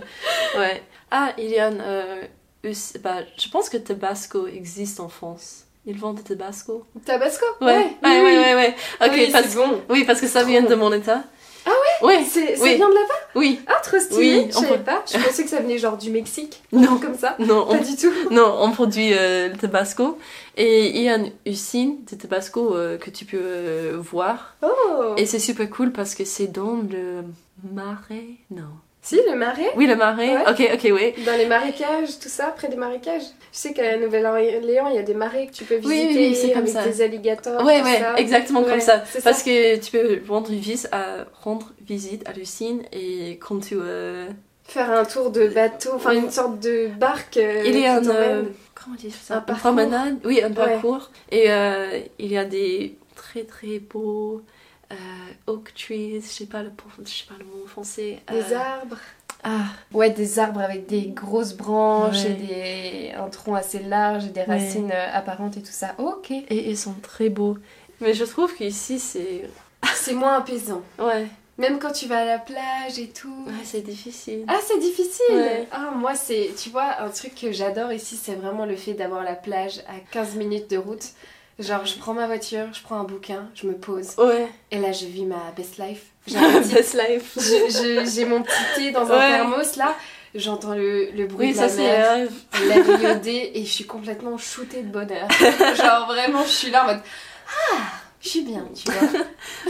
Speaker 2: ouais. Ah, il y a un, euh, us- bah, je pense que Tabasco existe en France. Ils vendent des Tabasco
Speaker 1: Tabasco
Speaker 2: Ouais, ouais,
Speaker 1: oui,
Speaker 2: ouais,
Speaker 1: oui. Ah
Speaker 2: ouais. ouais. Ok,
Speaker 1: Oui,
Speaker 2: parce-
Speaker 1: c'est bon.
Speaker 2: Oui, parce que ça
Speaker 1: Trop
Speaker 2: vient
Speaker 1: bon.
Speaker 2: de mon état. Ah ouais Oui,
Speaker 1: C'est c'est
Speaker 2: Oui.
Speaker 1: bien de là-bas
Speaker 2: oui.
Speaker 1: Ah, trop stylé,
Speaker 2: Oui,
Speaker 1: je
Speaker 2: on
Speaker 1: savais
Speaker 2: peut-
Speaker 1: pas. Je pensais que ça venait genre du Mexique,
Speaker 2: Non,
Speaker 1: comme ça.
Speaker 2: non,
Speaker 1: Pas
Speaker 2: on,
Speaker 1: du tout.
Speaker 2: non, on produit euh, le Tabasco. Et il y a une usine de Tabasco euh, que tu peux euh, voir.
Speaker 1: Oh
Speaker 2: Et c'est super cool parce que c'est dans le marais. Non.
Speaker 1: Si, le marais
Speaker 2: Oui, le marais.
Speaker 1: Ouais.
Speaker 2: Ok, ok, oui.
Speaker 1: dans les marécages, tout ça, près des marécages. Je sais qu'à la Nouvelle-Orléans, il y a des marais que tu peux
Speaker 2: Oui, oui,
Speaker 1: visiter
Speaker 2: oui, c'est comme
Speaker 1: avec
Speaker 2: ça.
Speaker 1: des alligators.
Speaker 2: Ouais,
Speaker 1: tout
Speaker 2: ouais,
Speaker 1: ça.
Speaker 2: exactement
Speaker 1: Ouais,
Speaker 2: comme ça.
Speaker 1: c'est
Speaker 2: Parce que tu peux rendre visite à, rendre visite à Lucine et quand tu. euh,
Speaker 1: Faire un tour de bateau, enfin
Speaker 2: Oui.
Speaker 1: une sorte de barque. euh,
Speaker 2: il y a
Speaker 1: qui
Speaker 2: un.
Speaker 1: t'emmène.
Speaker 2: euh, comment on dit
Speaker 1: Un
Speaker 2: ça Une
Speaker 1: parcours.
Speaker 2: promenade Oui, un
Speaker 1: Ouais.
Speaker 2: parcours. Et euh, il y a des très très beaux euh, oak trees, je sais pas le, pour- je sais pas le mot français. euh,
Speaker 1: Des arbres.
Speaker 2: Ah,
Speaker 1: Ouais, des arbres avec des grosses branches
Speaker 2: Ouais.
Speaker 1: et des... un tronc assez large et des racines euh, apparentes et tout ça. Ok.
Speaker 2: et ils sont très beaux. Mais je trouve qu'ici c'est.
Speaker 1: C'est moins apaisant.
Speaker 2: Ouais,
Speaker 1: Même quand tu vas à la plage et tout.
Speaker 2: ouais c'est difficile.
Speaker 1: Ah, c'est difficile
Speaker 2: Ouais.
Speaker 1: Ah, moi, c'est... Tu vois, un truc que j'adore ici, c'est vraiment le fait d'avoir la plage à 15 minutes de route. Genre, je prends ma voiture, je prends un bouquin, je me pose.
Speaker 2: Ouais,
Speaker 1: Et là, je vis ma best life. J'ai un petit-
Speaker 2: best life.
Speaker 1: je- je- j'ai mon petit thé dans un
Speaker 2: Ouais.
Speaker 1: thermos, là. J'entends le, le bruit
Speaker 2: Oui,
Speaker 1: de
Speaker 2: ça
Speaker 1: la
Speaker 2: c'est
Speaker 1: mer.
Speaker 2: un rêve.
Speaker 1: la VOD et je suis complètement shootée de bonheur. Genre vraiment, je suis là en mode Ah, je suis bien, tu vois.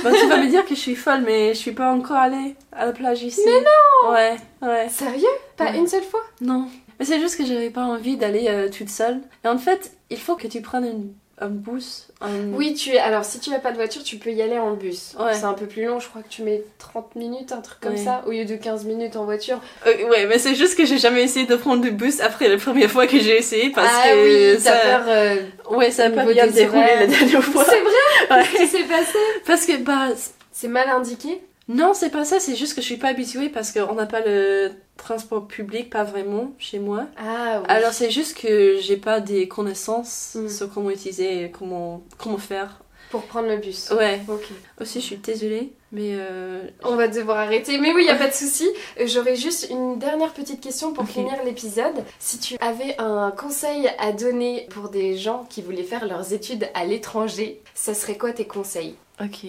Speaker 2: Bah, tu vas me dire que je suis folle, mais je suis pas encore allée à la plage ici. Mais non Ouais, ouais.
Speaker 1: Sérieux Pas
Speaker 2: Ouais.
Speaker 1: une seule fois
Speaker 2: Non. Mais c'est juste que j'avais pas envie d'aller euh, toute seule. Et en fait, il faut que tu prennes une- un bus. un-
Speaker 1: Oui, tu es. Alors, si tu n'as pas de voiture, tu peux y aller en bus.
Speaker 2: Ouais.
Speaker 1: C'est un peu plus long, je crois que tu mets 30 minutes, un truc comme
Speaker 2: Ouais.
Speaker 1: ça, au lieu de 15 minutes en voiture.
Speaker 2: Euh, ouais, mais c'est juste que j'ai jamais essayé de prendre le bus après la première fois que j'ai essayé parce
Speaker 1: ah
Speaker 2: que
Speaker 1: oui, t'as peur. euh,
Speaker 2: ouais, ça a
Speaker 1: au
Speaker 2: pas
Speaker 1: niveau
Speaker 2: bien
Speaker 1: des
Speaker 2: déroulé
Speaker 1: horaires.
Speaker 2: la dernière fois.
Speaker 1: C'est vrai
Speaker 2: Ouais.
Speaker 1: Qu'est-ce qui s'est passé
Speaker 2: Parce que bah c'est-
Speaker 1: C'est mal indiqué
Speaker 2: non, c'est pas ça. C'est juste que je suis pas habituée parce qu'on n'a pas le transport public, pas vraiment chez moi.
Speaker 1: Ah oui.
Speaker 2: Alors c'est juste que j'ai pas des connaissances
Speaker 1: Mm.
Speaker 2: sur comment utiliser, comment comment faire.
Speaker 1: Pour prendre le bus.
Speaker 2: Ouais.
Speaker 1: Ok.
Speaker 2: Aussi, je suis désolée, mais euh,
Speaker 1: On va devoir arrêter, mais oui, il a pas de souci. Euh, J'aurais juste une dernière petite question pour
Speaker 2: Ok.
Speaker 1: finir l'épisode. Si tu avais un conseil à donner pour des gens qui voulaient faire leurs études à l'étranger, ça serait quoi tes conseils
Speaker 2: Ok.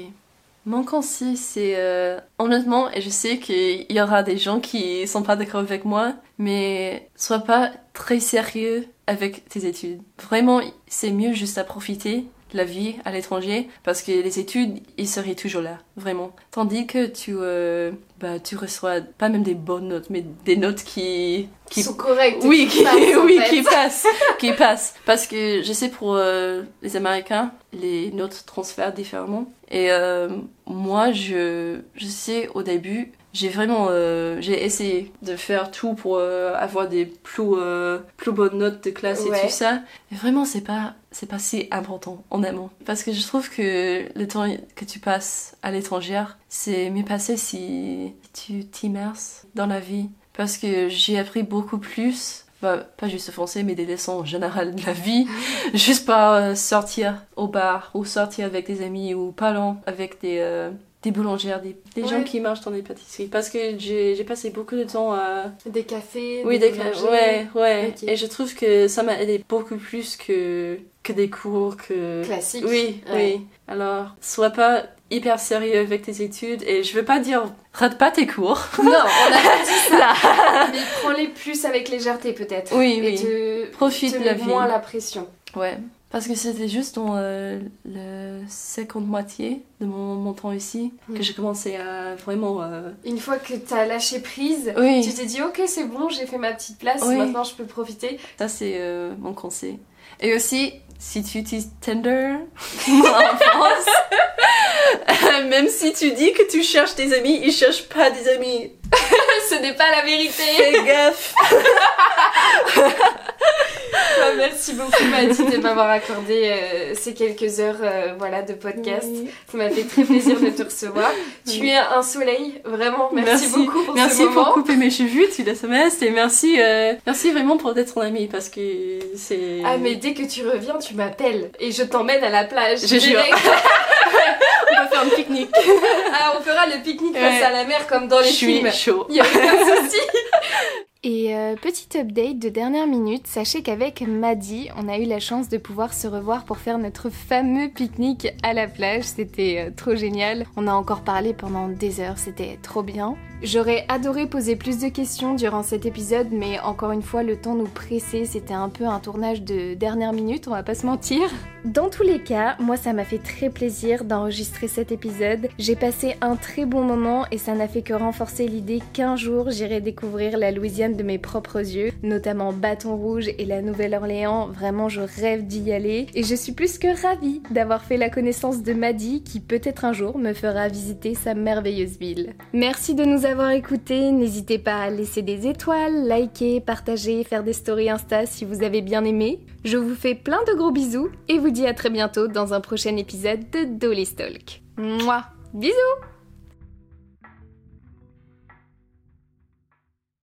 Speaker 2: Mon conseil, c'est euh, honnêtement, et je sais qu'il y aura des gens qui sont pas d'accord avec moi, mais sois pas très sérieux avec tes études. Vraiment, c'est mieux juste à profiter de la vie à l'étranger parce que les études, ils seraient toujours là, vraiment. Tandis que tu, euh, bah, tu reçois pas même des bonnes notes, mais des notes qui,
Speaker 1: Qui
Speaker 2: qui
Speaker 1: sont corrects et
Speaker 2: oui, qui,
Speaker 1: passent, en
Speaker 2: oui,
Speaker 1: fait.
Speaker 2: qui passe, qui passe. Parce que je sais pour euh, les Américains, les notes transfèrent différemment. Et euh, moi, je, je sais au début, j'ai vraiment, euh, j'ai essayé de faire tout pour euh, avoir des plus, euh, plus bonnes notes de classe et
Speaker 1: Ouais.
Speaker 2: tout ça. Mais vraiment, c'est pas, c'est pas si important en amont. Parce que je trouve que le temps que tu passes à l'étranger, c'est mieux passé si tu t'immerses dans la vie. Parce que j'ai appris beaucoup plus, bah, pas juste le français, mais des leçons en général de la vie, juste par euh, sortir au bar, ou sortir avec des amis, ou parlant avec des, euh, des boulangères, des, des gens
Speaker 1: Ouais.
Speaker 2: qui marchent dans les pâtisseries. Parce que j'ai j'ai passé beaucoup de temps à,
Speaker 1: Des cafés,
Speaker 2: oui, des crèmes.
Speaker 1: boulangers.
Speaker 2: Ouais, ouais.
Speaker 1: Ok.
Speaker 2: Et je trouve que ça m'a aidé beaucoup plus que, que des cours, que.
Speaker 1: Classiques.
Speaker 2: Oui,
Speaker 1: Ouais.
Speaker 2: oui. Alors, sois pas hyper sérieux avec tes études et je veux pas dire rate pas tes cours.
Speaker 1: Non, on a pas dit
Speaker 2: Là.
Speaker 1: ça, mais prends-les plus avec légèreté peut-être. et
Speaker 2: Oui, oui.
Speaker 1: te,
Speaker 2: Profite
Speaker 1: te
Speaker 2: de la
Speaker 1: mets
Speaker 2: vie.
Speaker 1: moins la pression.
Speaker 2: Ouais. Parce que c'était juste dans euh, le seconde moitié de mon, mon temps ici
Speaker 1: Mm.
Speaker 2: que j'ai commencé à vraiment. euh,
Speaker 1: Une fois que t'as lâché prise,
Speaker 2: Oui,
Speaker 1: tu t'es dit ok c'est bon, j'ai fait ma petite place,
Speaker 2: Oui.
Speaker 1: maintenant je peux profiter.
Speaker 2: ça c'est euh, mon conseil. Et aussi, si tu utilises Tinder en France, euh, même si tu dis que tu cherches des amis, ils cherchent pas des amis.
Speaker 4: Ce n'est pas la vérité.
Speaker 2: Fais gaffe.
Speaker 4: Ah, Merci beaucoup, Maddy, de m'avoir accordé euh, ces quelques heures euh, voilà, de podcast. Ça m'a fait très plaisir de te recevoir. Tu es un soleil, vraiment. Merci, beaucoup pour
Speaker 2: merci
Speaker 4: ce moment.
Speaker 2: pour couper mes cheveux depuis la semestre et merci, euh, merci vraiment pour d'être ton ami parce que c'est.
Speaker 4: Ah mais dès que tu reviens, tu m'appelles et je t'emmène à la plage.
Speaker 2: Je jure.
Speaker 4: Direct.
Speaker 2: on va faire un pique-nique.
Speaker 4: Ah, on fera le pique-nique
Speaker 2: Ouais.
Speaker 4: face à la mer comme dans
Speaker 2: Je
Speaker 4: les
Speaker 2: suis
Speaker 4: films.
Speaker 2: chaud.
Speaker 4: Il y a aucun souci. Et euh, petit update de dernière minute, sachez qu'avec Maddy, on a eu la chance de pouvoir se revoir pour faire notre fameux pique-nique à la plage. C'était euh, trop génial. On a encore parlé pendant des heures, c'était trop bien. J'aurais adoré poser plus de questions durant cet épisode, mais encore une fois, le temps nous pressait. C'était un peu un tournage de dernière minute, on va pas se mentir. Dans tous les cas, moi ça m'a fait très plaisir d'enregistrer cet épisode. J'ai passé un très bon moment et ça n'a fait que renforcer l'idée qu'un jour j'irai découvrir la Louisiane de mes propres yeux, notamment Bâton Rouge et la Nouvelle-Orléans. Vraiment, je rêve d'y aller et je suis plus que ravie d'avoir fait la connaissance de Maddy qui peut-être un jour me fera visiter sa merveilleuse ville. Merci de nous avoir écoutés. N'hésitez pas à laisser des étoiles, liker, partager, faire des stories Insta si vous avez bien aimé. Je vous fais plein de gros bisous et vous dis à très bientôt dans un prochain épisode de Dolly Stalk. Moi, bisous